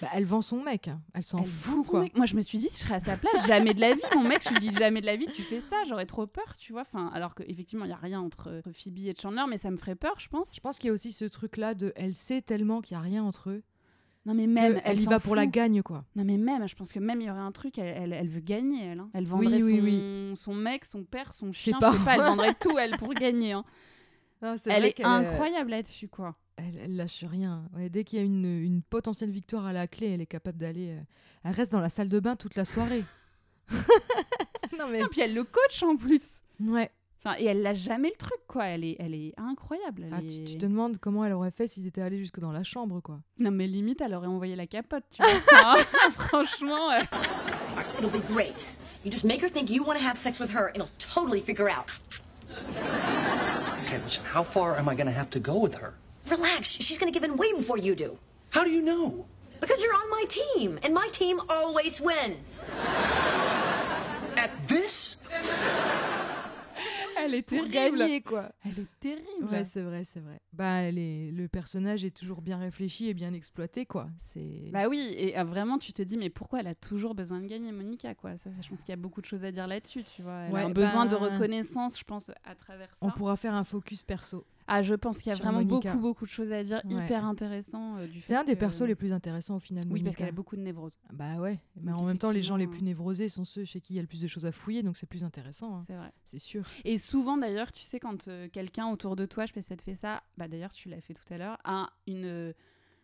S2: Bah, elle vend son mec, hein. elle s'en
S1: Elle vend
S2: fout
S1: son
S2: quoi.
S1: mec. Moi, je me suis dit, si je serais à sa place, jamais de la vie. Mon mec, je lui dis jamais de la vie, tu fais ça, j'aurais trop peur, tu vois. Enfin, alors qu'effectivement, il n'y a rien entre euh, Phoebe et Chandler, mais ça me ferait peur, je pense.
S2: Je pense qu'il y a aussi ce truc là de elle sait tellement qu'il y a rien entre eux.
S1: Non, mais même.
S2: que elle y
S1: s'en
S2: va pour la
S1: fout.
S2: gagne quoi.
S1: Non, mais même, je pense que même, il y aurait un truc, elle, elle, elle veut gagner, elle. hein. Elle vendrait
S2: Oui, oui,
S1: son,
S2: oui.
S1: son mec, son père, son chien,
S2: pas.
S1: je sais pas, elle vendrait tout, elle, pour gagner. hein. Elle est
S2: euh,
S1: incroyable là-dessus, quoi.
S2: Elle, elle lâche rien. Ouais, dès qu'il y a une, une potentielle victoire à la clé, elle est capable d'aller. euh, Elle reste dans la salle de bain toute la soirée.
S1: <laughs>
S2: non mais.
S1: Et puis, elle le coach en plus.
S2: Ouais.
S1: Enfin, et elle lâche jamais le truc, quoi. Elle est, elle est incroyable. elle
S2: Ah, tu,
S1: est-
S2: tu te demandes comment elle aurait fait s'ils étaient allés jusque dans la chambre quoi.
S1: Non, mais limite, elle aurait envoyé la capote, tu vois. <laughs> Enfin, franchement. euh,
S6: It'll be great. You just make her think you want to have sex with her, and I'll totally figure out.
S7: Okay, listen, how far am I gonna have to go with her?
S6: Relax. She's going to give in way before you do.
S7: How do you know?
S6: Because you're on my team, and my team always wins.
S7: At this?
S1: Elle est
S2: Pour
S1: terrible.
S2: gagner quoi.
S1: Elle est terrible.
S2: Ouais, c'est vrai, c'est vrai. Bah, les, le personnage est toujours bien réfléchi et bien exploité, quoi. C'est.
S1: bah oui, et euh, vraiment, tu te dis, mais pourquoi elle a toujours besoin de gagner, Monica quoi ça, ça, Je pense qu'il y a beaucoup de choses à dire là-dessus, tu vois. Elle
S2: Ouais,
S1: a un besoin de
S2: ben-
S1: reconnaissance, je pense, à travers ça.
S2: on pourra faire un focus perso.
S1: Ah, je pense qu'il y a
S2: Sur
S1: vraiment
S2: Monica.
S1: beaucoup, beaucoup de choses à dire,
S2: Ouais.
S1: hyper intéressant. euh, du
S2: C'est
S1: fait
S2: un des
S1: que-
S2: persos les plus intéressants au final.
S1: Oui, parce
S2: Monica.
S1: qu'elle a beaucoup de névrose,
S2: Bah ouais. Mais
S1: Donc
S2: en même temps, les gens les
S1: effectivement,
S2: plus névrosés sont ceux chez qui il y a le plus de choses à fouiller, donc c'est plus intéressant, hein,
S1: c'est vrai.
S2: c'est sûr.
S1: Et souvent, d'ailleurs, tu sais, quand euh, quelqu'un autour de toi, je sais pas si ça te fait ça, bah d'ailleurs, tu l'as fait tout à l'heure, a une, euh,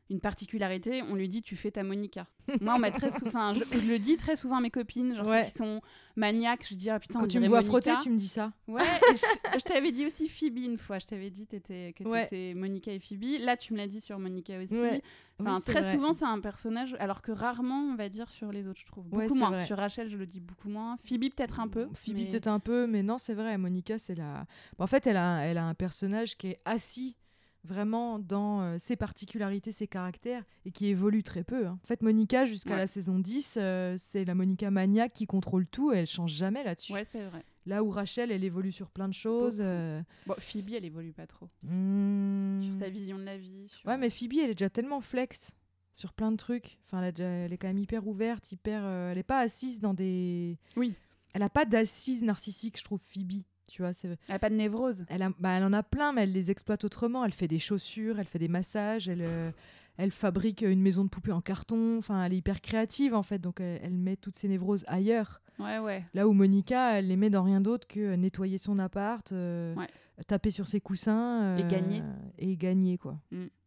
S1: une particularité, on lui dit tu fais ta
S2: <laughs>
S1: Monica. Moi, on m'a très souvent, je, je le dis très souvent à mes copines, genre
S2: Ouais.
S1: celles qui sont maniaques, je dis ah putain,
S2: Quand
S1: on
S2: tu me
S1: dirait
S2: vois
S1: Monica.
S2: frotter, tu me dis ça.
S1: Ouais, et je, je t'avais dit aussi Phoebe une fois, je t'avais dit t'étais, que
S2: Ouais.
S1: t'étais Monica et Phoebe. Là, tu me l'as dit sur Monica aussi.
S2: Ouais.
S1: Enfin,
S2: Oui, c'est
S1: très
S2: vrai.
S1: souvent, c'est un personnage, alors que rarement, on va dire sur les autres, je trouve.
S2: Ouais,
S1: Beaucoup
S2: c'est
S1: moins.
S2: vrai.
S1: Sur Rachel, je le dis beaucoup moins. Phoebe, peut-être un peu.
S2: Phoebe
S1: mais-
S2: peut-être un peu, mais non, c'est vrai. Monica, c'est la. Bon, en fait, elle a, elle a un personnage qui est assis vraiment dans euh, ses particularités, ses caractères, et qui évolue très peu. hein. En fait, Monica, jusqu'à
S1: Ouais.
S2: la saison 10, euh, c'est la Monica maniaque qui contrôle tout, et elle change jamais là-dessus.
S1: Ouais, c'est vrai.
S2: Là où Rachel, elle évolue sur plein de choses.
S1: Beaucoup.
S2: euh,
S1: Bon, Phoebe, elle évolue pas trop.
S2: hmm.
S1: Sur sa vision de la vie. sur-
S2: Ouais, mais Phoebe, elle est déjà tellement flex sur plein de trucs. Enfin, elle, a déjà- elle est quand même hyper ouverte, hyper. euh, elle est pas assise dans des.
S1: Oui.
S2: Elle a pas d'assises narcissique, je trouve, Phoebe. Tu vois, c'est.
S1: Elle a pas de névrose.
S2: Elle, a- bah, elle en a plein, mais elle les exploite autrement. Elle fait des chaussures, elle fait des massages, elle, euh, elle fabrique une maison de poupée en carton. Enfin, elle est hyper créative en fait, donc elle, elle met toutes ses névroses ailleurs.
S1: Ouais, ouais.
S2: Là où Monica, elle les met dans rien d'autre que euh, nettoyer son appart, euh,
S1: Ouais.
S2: taper sur ses coussins euh,
S1: Et gagner.
S2: Et gagner quoi.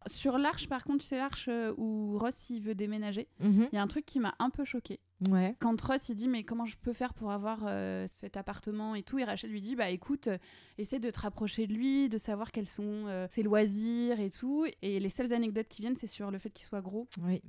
S1: Sur l'arche, par contre, c'est l'arche euh, où Ross, il veut déménager. Il y a un truc qui m'a un peu choqué.
S2: Mhm. Ouais.
S1: Quand Ross, il dit, mais comment je peux faire pour avoir euh, cet appartement et tout, et Rachel lui dit, bah écoute, euh, essaie de te rapprocher de lui, de savoir quels sont euh, ses loisirs et tout. Et les seules anecdotes qui viennent, c'est sur le fait qu'il soit gros.
S2: Oui.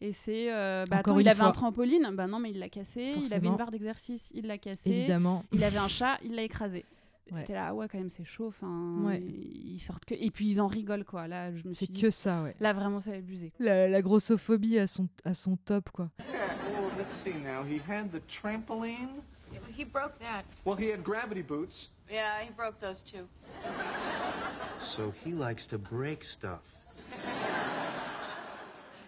S1: Et c'est, euh, bah
S2: Encore
S1: attends,
S2: une
S1: il avait
S2: fois.
S1: un trampoline, bah non, mais il l'a cassé. Il avait
S2: Forcément.
S1: une barre d'exercice, il l'a cassé.
S2: Évidemment.
S1: Il avait un chat, il l'a écrasé.
S2: Ouais.
S1: T'es là, ah ouais, quand même, c'est chaud. Enfin,
S2: Ouais.
S1: ils sortent que. Et puis ils en rigolent, quoi. Là, je me suis
S2: C'est
S1: dit.
S2: que ça, ouais.
S1: Là, vraiment, c'est abusé.
S2: La, la grossophobie à son, à son top, quoi.
S3: Oh, let's see now. He had the trampoline.
S8: He broke that.
S3: Well, he had gravity boots.
S8: Yeah, he broke those too.
S9: So he likes to break stuff.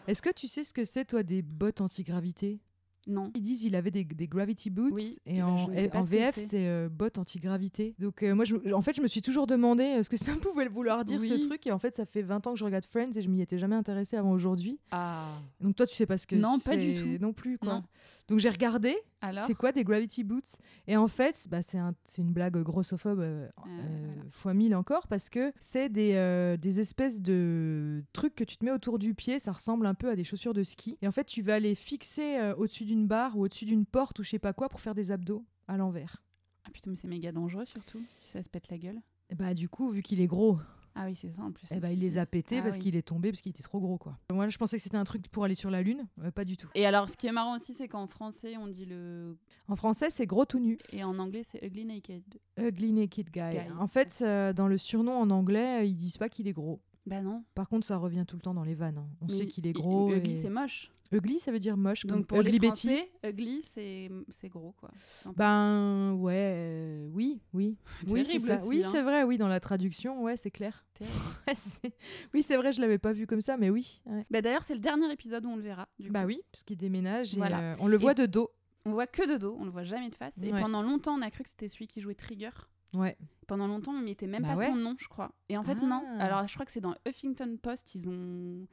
S2: Est-ce que tu sais ce que c'est, toi, des bottes antigravité
S1: Non.
S2: Ils disent il avait des, des gravity boots
S1: Oui, eh
S2: et
S1: ben,
S2: en,
S1: je ne sais
S2: et
S1: pas
S2: en
S1: ce que
S2: VF
S1: c'est.
S2: c'est euh, bottes anti-gravité. Donc euh, moi je- en fait je me suis toujours demandé euh, ce que <laughs> ça pouvait vouloir dire
S1: Oui.
S2: ce truc et en fait ça fait 20 ans que je regarde Friends et je m'y étais jamais intéressée avant aujourd'hui.
S1: Ah.
S2: Donc toi tu sais pas ce que
S1: Non, pas du
S2: c'est
S1: tout.
S2: non plus quoi.
S1: Non.
S2: Donc j'ai regardé
S1: Alors
S2: c'est quoi des gravity boots Et en fait, bah, c'est un- c'est une blague grossophobe euh, euh,
S1: Ah, voilà.
S2: fois mille encore parce que c'est des, euh, des espèces de trucs que tu te mets autour du pied. Ça ressemble un peu à des chaussures de ski. Et en fait, tu vas les fixer euh, au-dessus d'une barre ou au-dessus d'une porte ou je sais pas quoi pour faire des abdos à l'envers.
S1: Ah putain, mais c'est méga dangereux, surtout. Si ça se pète la gueule.
S2: Et bah du coup, vu qu'il est gros,
S1: Ah oui, c'est ça en plus.
S2: eh
S1: c'est
S2: bah,
S1: ce
S2: il
S1: qu'il
S2: les a
S1: dit.
S2: pétés
S1: Ah
S2: parce
S1: oui.
S2: qu'il est tombé parce qu'il était trop gros quoi. Moi, je pensais que c'était un truc pour aller sur la lune, Euh, pas du tout.
S1: Et alors, ce qui est marrant aussi, c'est qu'en français, on dit le.
S2: En français, c'est gros tout nu.
S1: Et en anglais, c'est ugly naked.
S2: Ugly Naked Guy.
S1: Guy.
S2: En fait, euh, dans le surnom en anglais, euh, ils disent pas qu'il est gros.
S1: Bah non.
S2: Par contre, ça revient tout le temps dans les vannes. hein. On
S1: Mais
S2: sait qu'il est
S1: i-
S2: gros.
S1: Ugly,
S2: et-
S1: c'est moche.
S2: Ugly, ça veut dire moche. comme
S1: Donc pour
S2: ugly
S1: les
S2: Betty.
S1: Français, ugly, c'est c'est gros, quoi. C'est un peu-
S2: Ben ouais, euh, oui,
S1: <laughs>
S2: oui, oui, c'est
S1: terrible
S2: ça.
S1: aussi,
S2: oui,
S1: hein.
S2: c'est vrai. Oui, dans la traduction, ouais, c'est clair.
S1: <laughs>
S2: <laughs> Ouais, c'est- oui, c'est vrai. Je l'avais pas vu comme ça, mais oui. ouais.
S1: Bah d'ailleurs, c'est le dernier épisode où on le verra. du
S2: Bah oui, parce qu'il déménage et
S1: Voilà.
S2: euh, on le voit de dos.
S1: On voit que de dos, on le voit jamais de face. Et
S2: Ouais.
S1: pendant longtemps, on a cru que c'était celui qui jouait Trigger.
S2: Ouais. <laughs>
S1: Pendant longtemps, on mettait même pas
S2: Bah ouais.
S1: son nom, je crois. Et en fait, non.
S2: Ah.
S1: Alors, je crois que c'est dans Huffington Post, ils ont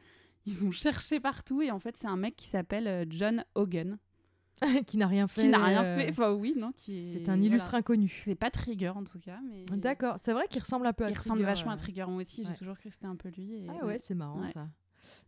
S1: ils ont cherché partout et en fait, c'est un mec qui s'appelle euh, John Hogan
S2: qui n'a rien fait.
S1: qui n'a rien
S2: euh,
S1: fait. Enfin oui, non, qui est-
S2: C'est un illustre
S1: voilà.
S2: inconnu. Ah,
S1: C'est pas Trigger en tout cas, mais
S2: D'accord. C'est vrai qu'il ressemble un peu à.
S1: Il ressemble
S2: Trigger,
S1: vachement à
S2: euh.
S1: Trigger, moi aussi, j'ai
S2: ouais.
S1: toujours cru que c'était un peu lui. et-
S2: Ah ouais, c'est marrant
S1: Ouais.
S2: ça.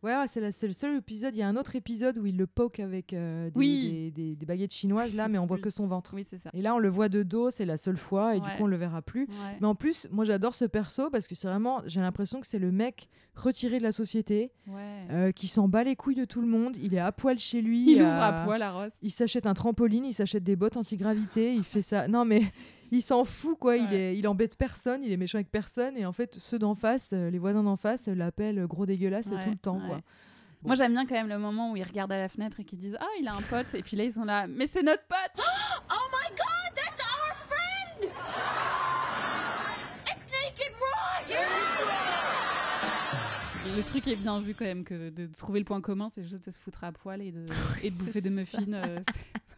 S2: Ouais, ouais, c'est la- c'est le seul épisode. Il y a un autre épisode où il le poke avec euh, des,
S1: Oui.
S2: des- des- des baguettes chinoises, là, mais on voit
S1: Oui.
S2: que son ventre.
S1: Oui, c'est ça.
S2: Et là, on le voit de dos, c'est la seule fois, et du
S1: Ouais.
S2: coup, on le verra plus.
S1: Ouais.
S2: Mais en plus, moi, j'adore ce perso parce que c'est vraiment, j'ai l'impression que c'est le mec retiré de la société,
S1: Ouais.
S2: euh, qui s'en bat les couilles de tout le monde. Il est à poil chez lui.
S1: Il
S2: euh,
S1: ouvre à poil à Ross.
S2: Il s'achète un trampoline, il s'achète des bottes anti-gravité, il fait ça. Non, mais <laughs> il s'en fout, quoi. Il,
S1: Ouais.
S2: est, il embête personne, il est méchant avec personne. Et en fait, ceux d'en face, euh, les voisins d'en face, euh, l'appellent euh, gros dégueulasse
S1: Ouais,
S2: tout le temps,
S1: ouais.
S2: quoi.
S1: Moi, j'aime bien quand même le moment où ils regardent à la fenêtre et qu'ils disent Ah, il a un pote. Et puis là, ils sont là, mais c'est notre pote <gasps>
S8: Oh my god, that's our friend! It's Naked Ross!
S1: Et Le truc est bien vu quand même que de trouver le point commun, c'est juste de se foutre à poil
S2: <laughs>
S1: et de, et de bouffer des muffins. euh,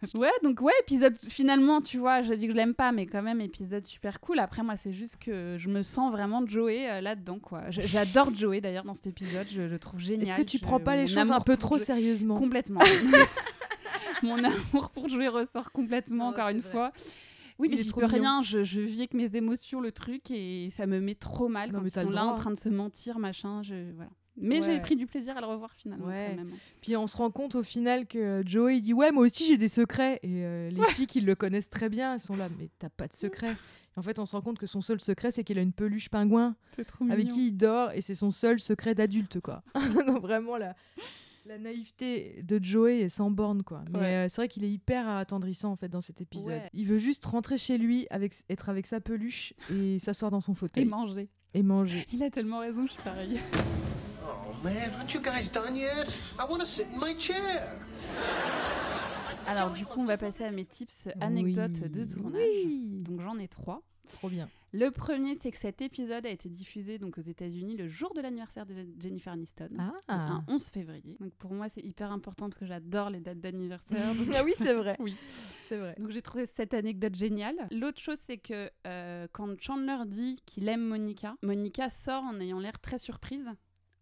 S1: c'est- ouais, donc ouais, épisode finalement, tu vois, j'ai dit que je l'aime pas, mais quand même, épisode super cool. Après, moi, c'est juste que je me sens vraiment Joey euh, là-dedans, quoi. Je- J'adore Joey d'ailleurs dans cet épisode, je le trouve génial.
S2: Est-ce que tu
S1: Je-
S2: prends pas les
S1: mon
S2: choses un
S1: amour
S2: peu
S1: pour
S2: trop
S1: Joey-
S2: sérieusement <laughs>
S1: Complètement. <laughs> Mon amour pour jouer ressort complètement,
S2: Non,
S1: encore
S2: Ah, c'est
S1: une
S2: vrai.
S1: fois. Oui,
S2: Il
S1: mais
S2: est
S1: j'y
S2: trop
S1: peux
S2: mignon.
S1: rien, je, je vis avec mes émotions le truc et ça me met trop mal
S2: Non,
S1: quand
S2: mais
S1: ils
S2: t'as
S1: sont
S2: le
S1: là en
S2: droit.
S1: train de se mentir, machin. Je, voilà. Mais j'ai
S2: Ouais.
S1: pris du plaisir à le revoir finalement.
S2: Ouais.
S1: quand même.
S2: Puis on se rend compte au final que euh, Joey il dit ouais moi aussi j'ai des secrets et euh, les filles qui le connaissent très bien elles sont là mais t'as pas de secret. Et en fait on se rend compte que son seul secret c'est qu'il a une peluche pingouin
S1: C'est trop mignon.
S2: avec qui il dort et c'est son seul secret d'adulte quoi. <laughs> Donc vraiment la, la naïveté de Joey est sans borne quoi. Mais
S1: Ouais.
S2: euh, c'est vrai qu'il est hyper attendrissant en fait dans cet épisode.
S1: Ouais.
S2: Il veut juste rentrer chez lui avec être avec sa peluche et s'asseoir dans son
S1: Et
S2: fauteuil
S1: manger.
S2: et manger.
S1: Il a tellement raison, je suis pareil.
S7: Oh man, aren't you guys done yet? I want to sit in my chair.
S1: Alors du coup, on va passer à mes tips anecdotes
S2: Oui.
S1: de tournage.
S2: Oui.
S1: Donc j'en ai trois.
S2: Trop bien.
S1: Le premier, c'est que cet épisode a été diffusé donc aux États-Unis le jour de l'anniversaire de Je- Jennifer Aniston,
S2: Ah.
S1: un 11 février. Donc pour moi, c'est hyper important parce que j'adore les dates
S2: <laughs>
S1: d'anniversaire. donc-
S2: Ah oui, c'est vrai.
S1: Oui.
S2: C'est vrai.
S1: Donc j'ai trouvé cette anecdote géniale. L'autre chose, c'est que euh, quand Chandler dit qu'il aime Monica, Monica sort en ayant l'air très surprise.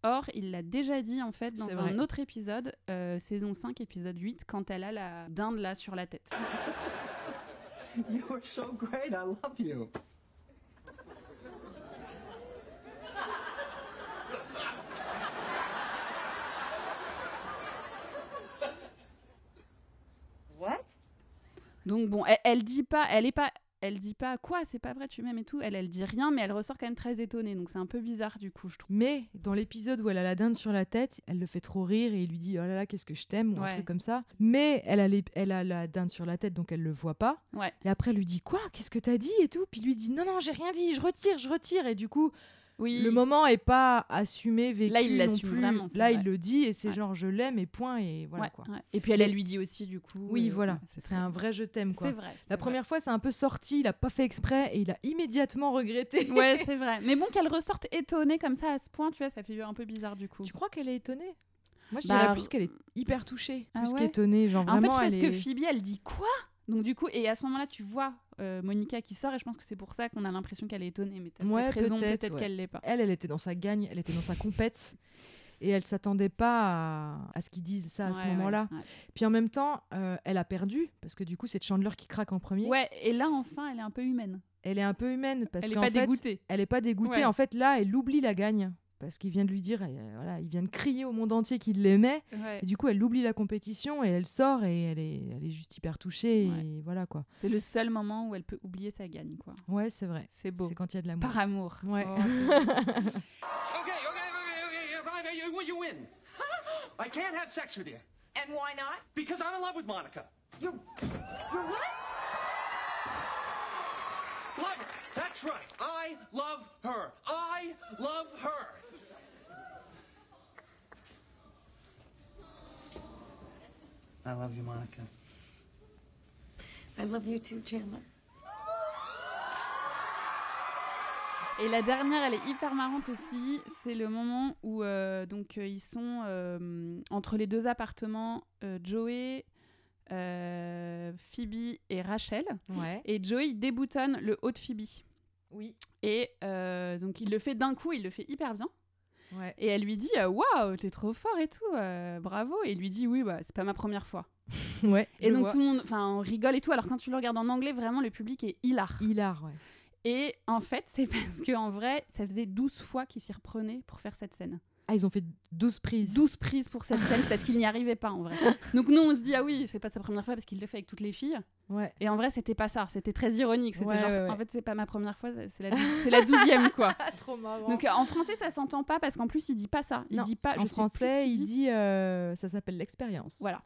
S1: Or, il l'a déjà dit en fait dans
S2: C'est
S1: un
S2: vrai.
S1: autre épisode, euh, saison 5, épisode 8, quand elle a la dinde là sur la tête.
S7: You are so great. I love you.
S6: What?
S1: Donc bon, elle, elle dit pas, elle est pas, elle dit pas quoi, c'est pas vrai, tu m'aimes et tout. Elle, elle dit rien, mais elle ressort quand même très étonnée. Donc c'est un peu bizarre du coup, je trouve.
S2: Mais dans l'épisode où elle a la dinde sur la tête, elle le fait trop rire et il lui dit oh là là qu'est-ce que je t'aime ou un
S1: Ouais.
S2: truc comme ça. Mais elle a, les- elle a la dinde sur la tête donc elle le voit pas.
S1: Ouais.
S2: Et après elle lui dit quoi qu'est-ce que t'as dit et tout. Puis lui dit non non j'ai rien dit je retire je retire et du coup
S1: Oui.
S2: le moment est pas assumé vécu
S1: Là, il
S2: non
S1: l'assume
S2: plus.
S1: vraiment, c'est
S2: Là
S1: vrai.
S2: il le dit et c'est
S1: Ouais.
S2: genre je l'aime et point et voilà
S1: Ouais,
S2: quoi.
S1: ouais. Et puis elle, elle lui dit aussi du coup.
S2: Oui
S1: euh,
S2: voilà
S1: ouais,
S2: c'est
S1: très bien.
S2: un vrai je t'aime quoi.
S1: C'est vrai. c'est
S2: La
S1: vrai.
S2: première fois c'est un peu sorti il a pas fait exprès et il a
S1: <laughs>
S2: immédiatement regretté.
S1: Ouais, c'est vrai. Mais bon, qu'elle ressorte étonnée comme ça à ce point, tu vois, ça fait un peu bizarre du coup.
S2: Tu crois qu'elle est étonnée Moi, je
S1: Bah,
S2: dirais plus qu'elle est hyper touchée,
S1: Ah
S2: plus
S1: ouais
S2: qu'étonnée. Genre,
S1: en fait,
S2: vraiment,
S1: je pense
S2: elle
S1: que
S2: est...
S1: Phoebe, elle dit quoi Donc du coup, et à ce moment-là, tu vois euh, Monica qui sort, et je pense que c'est pour ça qu'on a l'impression qu'elle est étonnée. Mais t'as
S2: Ouais,
S1: peut-être raison,
S2: peut-être,
S1: peut-être
S2: ouais.
S1: qu'elle l'est pas.
S2: Elle, elle était dans sa gagne, elle était dans sa compète. Et elle s'attendait pas à, à ce qu'ils disent ça à
S1: Ouais,
S2: ce
S1: ouais,
S2: moment-là.
S1: ouais.
S2: Puis en même temps, euh, elle a perdu, parce que du coup, c'est Chandler qui craque en premier.
S1: Ouais, et là, enfin, elle est un peu humaine.
S2: Elle est un peu humaine, parce
S1: Elle est
S2: qu'en
S1: pas
S2: fait,
S1: dégoûtée.
S2: elle est pas dégoûtée.
S1: Ouais.
S2: En fait, là, elle oublie la gagne, parce qu'il vient de lui dire, euh, voilà, il vient de crier au monde entier qu'il l'aimait.
S1: Ouais.
S2: Et du coup, elle oublie la compétition et elle sort et elle est, elle est juste hyper touchée.
S1: Ouais.
S2: Et voilà quoi.
S1: C'est le seul moment où elle peut oublier sa gagne, quoi.
S2: Ouais, c'est vrai.
S1: C'est beau.
S2: C'est quand il y a de l'amour.
S1: Par amour.
S2: Ouais.
S1: Oh, c'est beau.
S7: Okay, okay, okay, okay, okay, okay. You
S8: <gasps>
S7: win. I can't have sex with you
S8: And why not?
S7: because I'm in love with Monica.
S8: You're, you're what?
S7: Love her. That's right. I love her. I love her. I love you, Monica.
S8: I love you too, Chandler.
S1: Et la dernière, elle est hyper marrante aussi. C'est le moment où euh, donc euh, ils sont euh, entre les deux appartements, euh, Joey, euh, Phoebe et Rachel.
S2: Ouais.
S1: Et Joey il déboutonne le haut de Phoebe.
S2: Oui.
S1: Et euh, donc il le fait d'un coup, il le fait hyper bien.
S2: Ouais.
S1: <laughs> Et elle lui dit euh, Waouh, t'es trop fort et tout, euh, bravo. Et il lui dit Oui, bah, c'est pas ma première fois.
S2: Ouais.
S1: Et donc tout le monde, enfin, on rigole et tout. Alors quand tu le regardes en anglais, vraiment le public est hilar.
S2: Hilar, ouais.
S1: Et en fait, c'est parce que en vrai, ça faisait 12 fois qu'il s'y reprenait pour faire cette scène.
S2: Ah, ils ont fait 12 prises.
S1: 12 prises pour cette scène parce qu'il n'y arrivait pas en vrai. Donc nous, on se dit ah oui, c'est pas sa première fois parce qu'il le fait avec toutes les filles.
S2: Ouais.
S1: Et en vrai, c'était pas ça. C'était très ironique. C'était
S2: Ouais,
S1: genre,
S2: ouais, ouais.
S1: en fait, c'est pas ma première fois, c'est la, dou- c'est la douzième
S2: <laughs>
S1: quoi.
S2: trop marrant.
S1: Donc euh, en français, ça s'entend pas parce qu'en plus, il dit pas ça. Il
S2: Non,
S1: dit pas. Ah, je sais
S2: en
S1: plus ce
S2: français,
S1: qu'il
S2: il dit euh, ça s'appelle l'expérience.
S1: Voilà.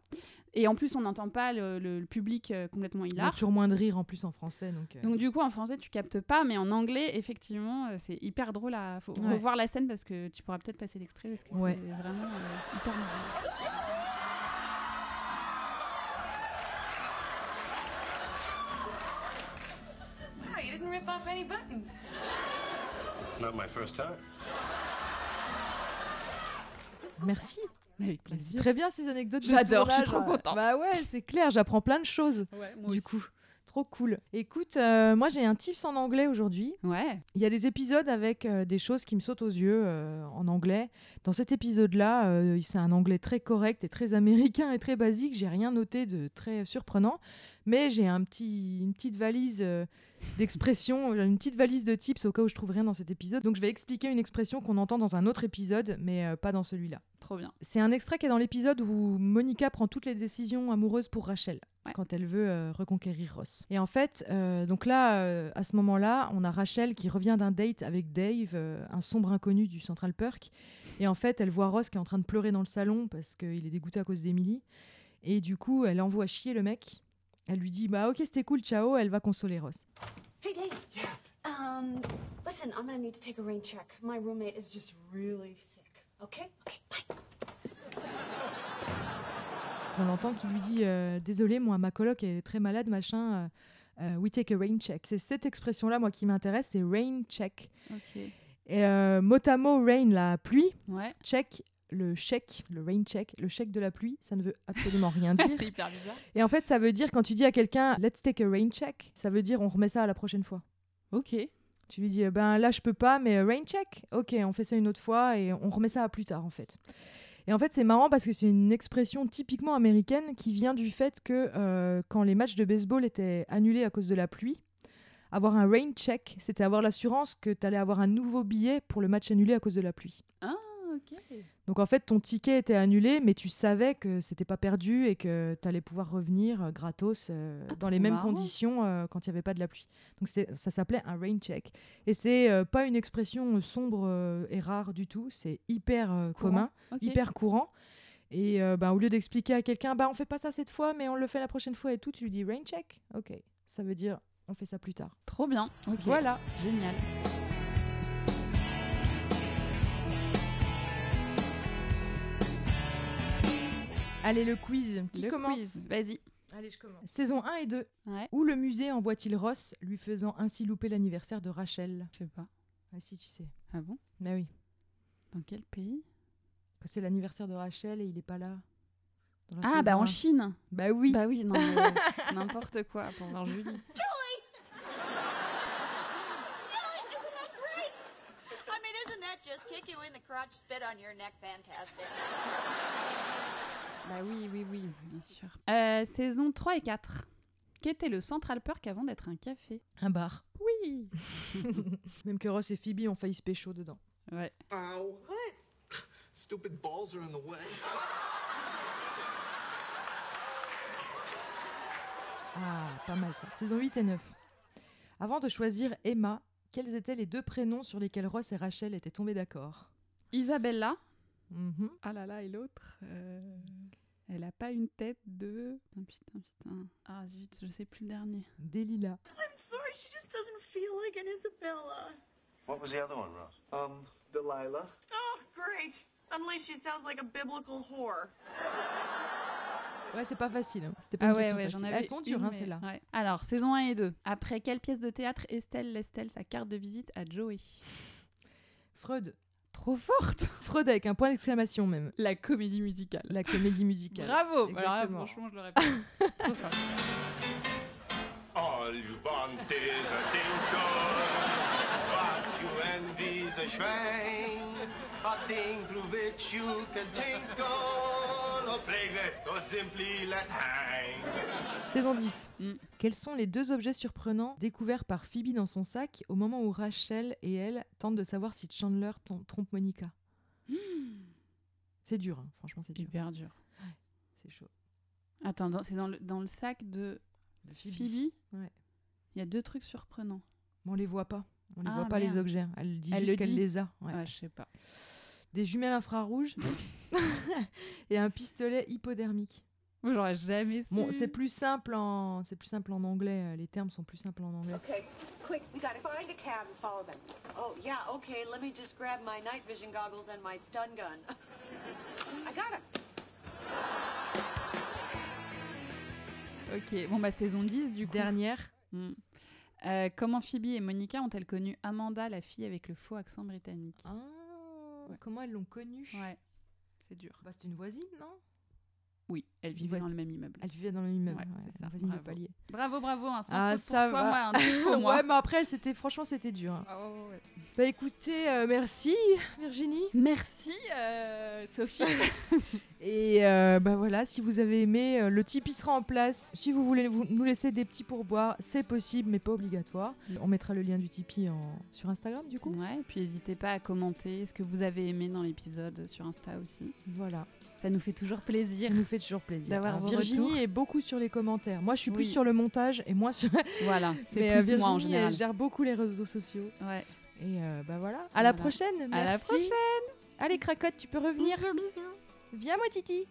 S1: Et en plus, on n'entend pas le, le- le public euh, complètement
S2: Il y a
S1: hilar.
S2: toujours moins de rire en plus en français. Donc, euh,
S1: Donc du coup en français tu captes pas mais en anglais effectivement euh, c'est hyper drôle à faut
S2: Ouais.
S1: revoir la scène parce que tu pourras peut-être passer l'extrait parce que
S2: Ouais.
S1: c'est vraiment euh, hyper marrant.
S8: Wow, you didn't rip off any buttons.
S9: Not my first time.
S1: <laughs>
S2: merci.
S1: Avec
S2: C'est Très bien ces anecdotes. de
S1: J'adore, je suis
S2: tournage.
S1: trop contente.
S2: Bah ouais, c'est clair, j'apprends plein de choses.
S1: Ouais,
S2: du coup, Trop cool. Écoute, euh, moi j'ai un tips en anglais aujourd'hui.
S1: Ouais.
S2: Il y a des épisodes avec euh, des choses qui me sautent aux yeux euh, en anglais. Dans cet épisode-là, euh, c'est un anglais très correct et très américain et très basique. J'ai rien noté de très surprenant, mais j'ai un petit, une petite valise euh, d'expressions, j'ai <laughs> une petite valise de tips au cas où je trouve rien dans cet épisode. Donc je vais expliquer une expression qu'on entend dans un autre épisode, mais euh, pas dans celui-là.
S1: Trop bien.
S2: C'est un extrait qui est dans l'épisode où Monica prend toutes les décisions amoureuses pour Rachel
S1: Ouais.
S2: quand elle veut euh, reconquérir Ross. Et en fait, euh, donc là, euh, à ce moment-là, on a Rachel qui revient d'un date avec Dave, euh, un sombre inconnu du Central Perk. Et en fait, elle voit Ross qui est en train de pleurer dans le salon parce qu'il est dégoûté à cause d'Emily. Et du coup, elle envoie chier le mec. Elle lui dit Bah ok, c'était cool, ciao. Elle va consoler Ross.
S8: Hey, Dave. Yeah. Um, listen, I'm gonna need to take a rain check. My roommate is just really sick. Okay? Okay, bye.
S2: On l'entend qui lui dit euh, Désolé, moi, ma coloc est très malade, machin. euh, euh, we take a rain check. C'est cette expression-là, moi, qui m'intéresse c'est rain check.
S1: Ok.
S2: Et euh, mot à mot, rain, la pluie.
S1: <laughs> Ouais.
S2: Check, le chèque, le rain check, le chèque de la pluie, ça ne veut absolument rien dire.
S1: C'est hyper bizarre.
S2: Et en fait, ça veut dire quand tu dis à quelqu'un let's take a rain check, ça veut dire on remet ça à la prochaine fois.
S1: Ok.
S2: Tu lui dis eh ben là je peux pas mais euh, rain check. OK, on fait ça une autre fois et on remet ça à plus tard en fait. Et en fait, c'est marrant parce que c'est une expression typiquement américaine qui vient du fait que euh, quand les matchs de baseball étaient annulés à cause de la pluie, avoir un rain check, c'était avoir l'assurance que tu allais avoir un nouveau billet pour le match annulé à cause de la pluie.
S1: Ok.
S2: Donc en fait, ton ticket était annulé, mais tu savais que c'était pas perdu et que tu allais pouvoir revenir euh, gratos euh, dans les
S1: Ah, trop
S2: mêmes
S1: marrant.
S2: conditions euh, quand il n'y avait pas de la pluie. Donc c'était- ça s'appelait un rain check. Et c'est euh, pas une expression euh, sombre euh, et rare du tout, c'est hyper euh,
S1: Courant.
S2: commun,
S1: Ok.
S2: hyper courant. Et euh, bah, au lieu d'expliquer à quelqu'un, bah on fait pas ça cette fois, mais on le fait la prochaine fois et tout, tu lui dis rain check. Ok, ça veut dire on fait ça plus tard.
S1: Trop bien. Ok.
S2: Voilà.
S1: Génial.
S2: Allez, le quiz qui
S1: Le
S2: commence.
S1: quiz. Vas-y.
S2: Allez, je commence. Saison 1 et 2.
S1: Ouais.
S2: Où le musée envoie-t-il Ross, lui faisant ainsi louper l'anniversaire de Rachel
S1: Je sais pas.
S2: Ah si, tu sais.
S1: Ah bon
S2: Mais oui.
S1: Dans quel pays
S2: Que c'est l'anniversaire de Rachel et il est pas là. Dans la
S1: Ah bah
S2: saison
S1: en
S2: un.
S1: Chine.
S2: Bah oui.
S1: Bah oui, non, <laughs> mais n'importe quoi pour voir Julie.
S4: Isn't that great? I mean, isn't that just kick you in the crotch, spit on your neck fantastic?
S1: Bah oui, oui, oui, bien sûr. Euh, saison 3 et 4. Qu'était le Central Perk avant d'être un café
S2: Un bar.
S1: Oui.
S2: Même que Ross et Phoebe ont failli se pécho dedans.
S1: Ouais.
S3: Ow. What? Stupid balls are in the way.
S2: Ah, pas mal ça. Saison 8 et 9. Avant de choisir Emma, quels étaient les deux prénoms sur lesquels Ross et Rachel étaient tombés d'accord
S1: Isabella.
S2: Mhm.
S1: Ah là là, et l'autre euh, Elle a pas une tête de. Putain, putain, putain. Ah zut, je sais plus le dernier.
S2: Delilah.
S8: I'm sorry, she just doesn't feel like an Isabella.
S9: What was the other one, Ross?
S3: Um, Delilah.
S4: Oh, great. Suddenly she sounds like a biblical whore.
S2: Ouais, c'est pas facile. hein.
S1: Ah
S2: C'était pas une question facile. Elles sont dures,
S1: une,
S2: hein,
S1: mais-
S2: celles-là.
S1: ouais. Alors, saison 1 et 2. Après quelle pièce de théâtre Estelle laisse-t-elle sa carte de visite à Joey
S2: Freud.
S1: Trop forte
S2: Freud avec un point d'exclamation même.
S1: La comédie musicale.
S2: La comédie musicale.
S1: Bravo
S2: Exactement.
S1: Alors là, franchement, je <laughs> l'aurais pas. Trop fort.
S5: All you want is a dingo. What you envy is a shrine. A thing through which you can tinkle. Or play with, or simply let hang.
S2: Saison 10.
S1: Mm.
S2: Quels sont les deux objets surprenants découverts par Phoebe dans son sac au moment où Rachel et elle tentent de savoir si Chandler tom- trompe Monica
S1: Hmm.
S2: C'est dur, hein. franchement, c'est dur.
S1: Hyper dur.
S2: C'est chaud.
S1: Attends, dans- c'est dans le, dans le sac de
S2: De
S1: Phoebe.
S2: Ouais.
S1: Il y a deux trucs surprenants.
S2: Mais on les voit pas. On les
S1: Ah,
S2: voit pas
S1: merde.
S2: les objets. Elle dit
S1: Elle
S2: juste
S1: le
S2: qu'elle
S1: dit.
S2: les a. Ouais.
S1: Ouais, Ah, je sais pas.
S2: Des
S1: <laughs>
S2: jumelles infrarouges et un pistolet hypodermique.
S1: Moi, J'aurais jamais su.
S2: Bon, c'est plus simple en c'est plus simple en anglais. euh, Les termes sont plus simples en anglais.
S8: Okay, quick, we gotta find a cab and follow them.
S4: Oh, yeah, okay, let me just grab my night vision goggles and my stun gun. I got him.
S1: Ok, bon bah saison 10 du coup.
S2: Dernière.
S1: Hmm. Euh, comment Phoebe et Monica ont-elles connu Amanda, la fille avec le faux accent britannique
S2: Ah, Comment elles l'ont connue
S1: Ouais, c'est dur.
S2: Bah, c'est une voisine, non
S1: Oui, elle vivait
S2: Ouais.
S1: dans le même immeuble.
S2: Elle vivait dans le même immeuble,
S1: Ouais,
S2: ouais,
S1: c'est ça,
S2: voisine de
S1: bravo.
S2: palier.
S1: Bravo, bravo, un sans
S2: Ah,
S1: faute pour
S2: ça
S1: toi,
S2: va.
S1: moi, un <laughs> défaut, moi.
S2: Ouais, mais après, c'était franchement, c'était dur. hein.
S1: Ah ouais, ouais.
S2: Bah écoutez, euh, merci Virginie.
S1: Merci, euh, <laughs> Sophie.
S2: Et euh, bah voilà, si vous avez aimé, euh, le Tipeee sera en place. Si vous voulez vous- nous laisser des petits pourboires, c'est possible, mais pas obligatoire. On mettra le lien du Tipeee en... sur Instagram, du coup.
S1: ouais, et puis n'hésitez pas à commenter ce que vous avez aimé dans l'épisode sur Insta aussi.
S2: Voilà,
S1: Ça nous fait toujours
S2: ça
S1: plaisir.
S2: nous fait toujours plaisir.
S1: D'avoir
S2: Alors,
S1: vos
S2: Virginie
S1: retours.
S2: est beaucoup sur les commentaires. Moi, je suis plus
S1: Oui.
S2: sur le montage et moins sur.
S1: Voilà, c'est
S2: Mais, euh,
S1: plus
S2: Virginie
S1: moi en
S2: elle
S1: général.
S2: gère beaucoup les réseaux sociaux.
S1: Ouais.
S2: Et euh, bah voilà. À
S1: Voilà.
S2: la prochaine. Merci.
S1: À la prochaine.
S2: Allez, cracotte, tu peux revenir. Viens, moi, Titi.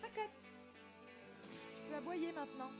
S2: Cracotte. Tu vas boyer maintenant.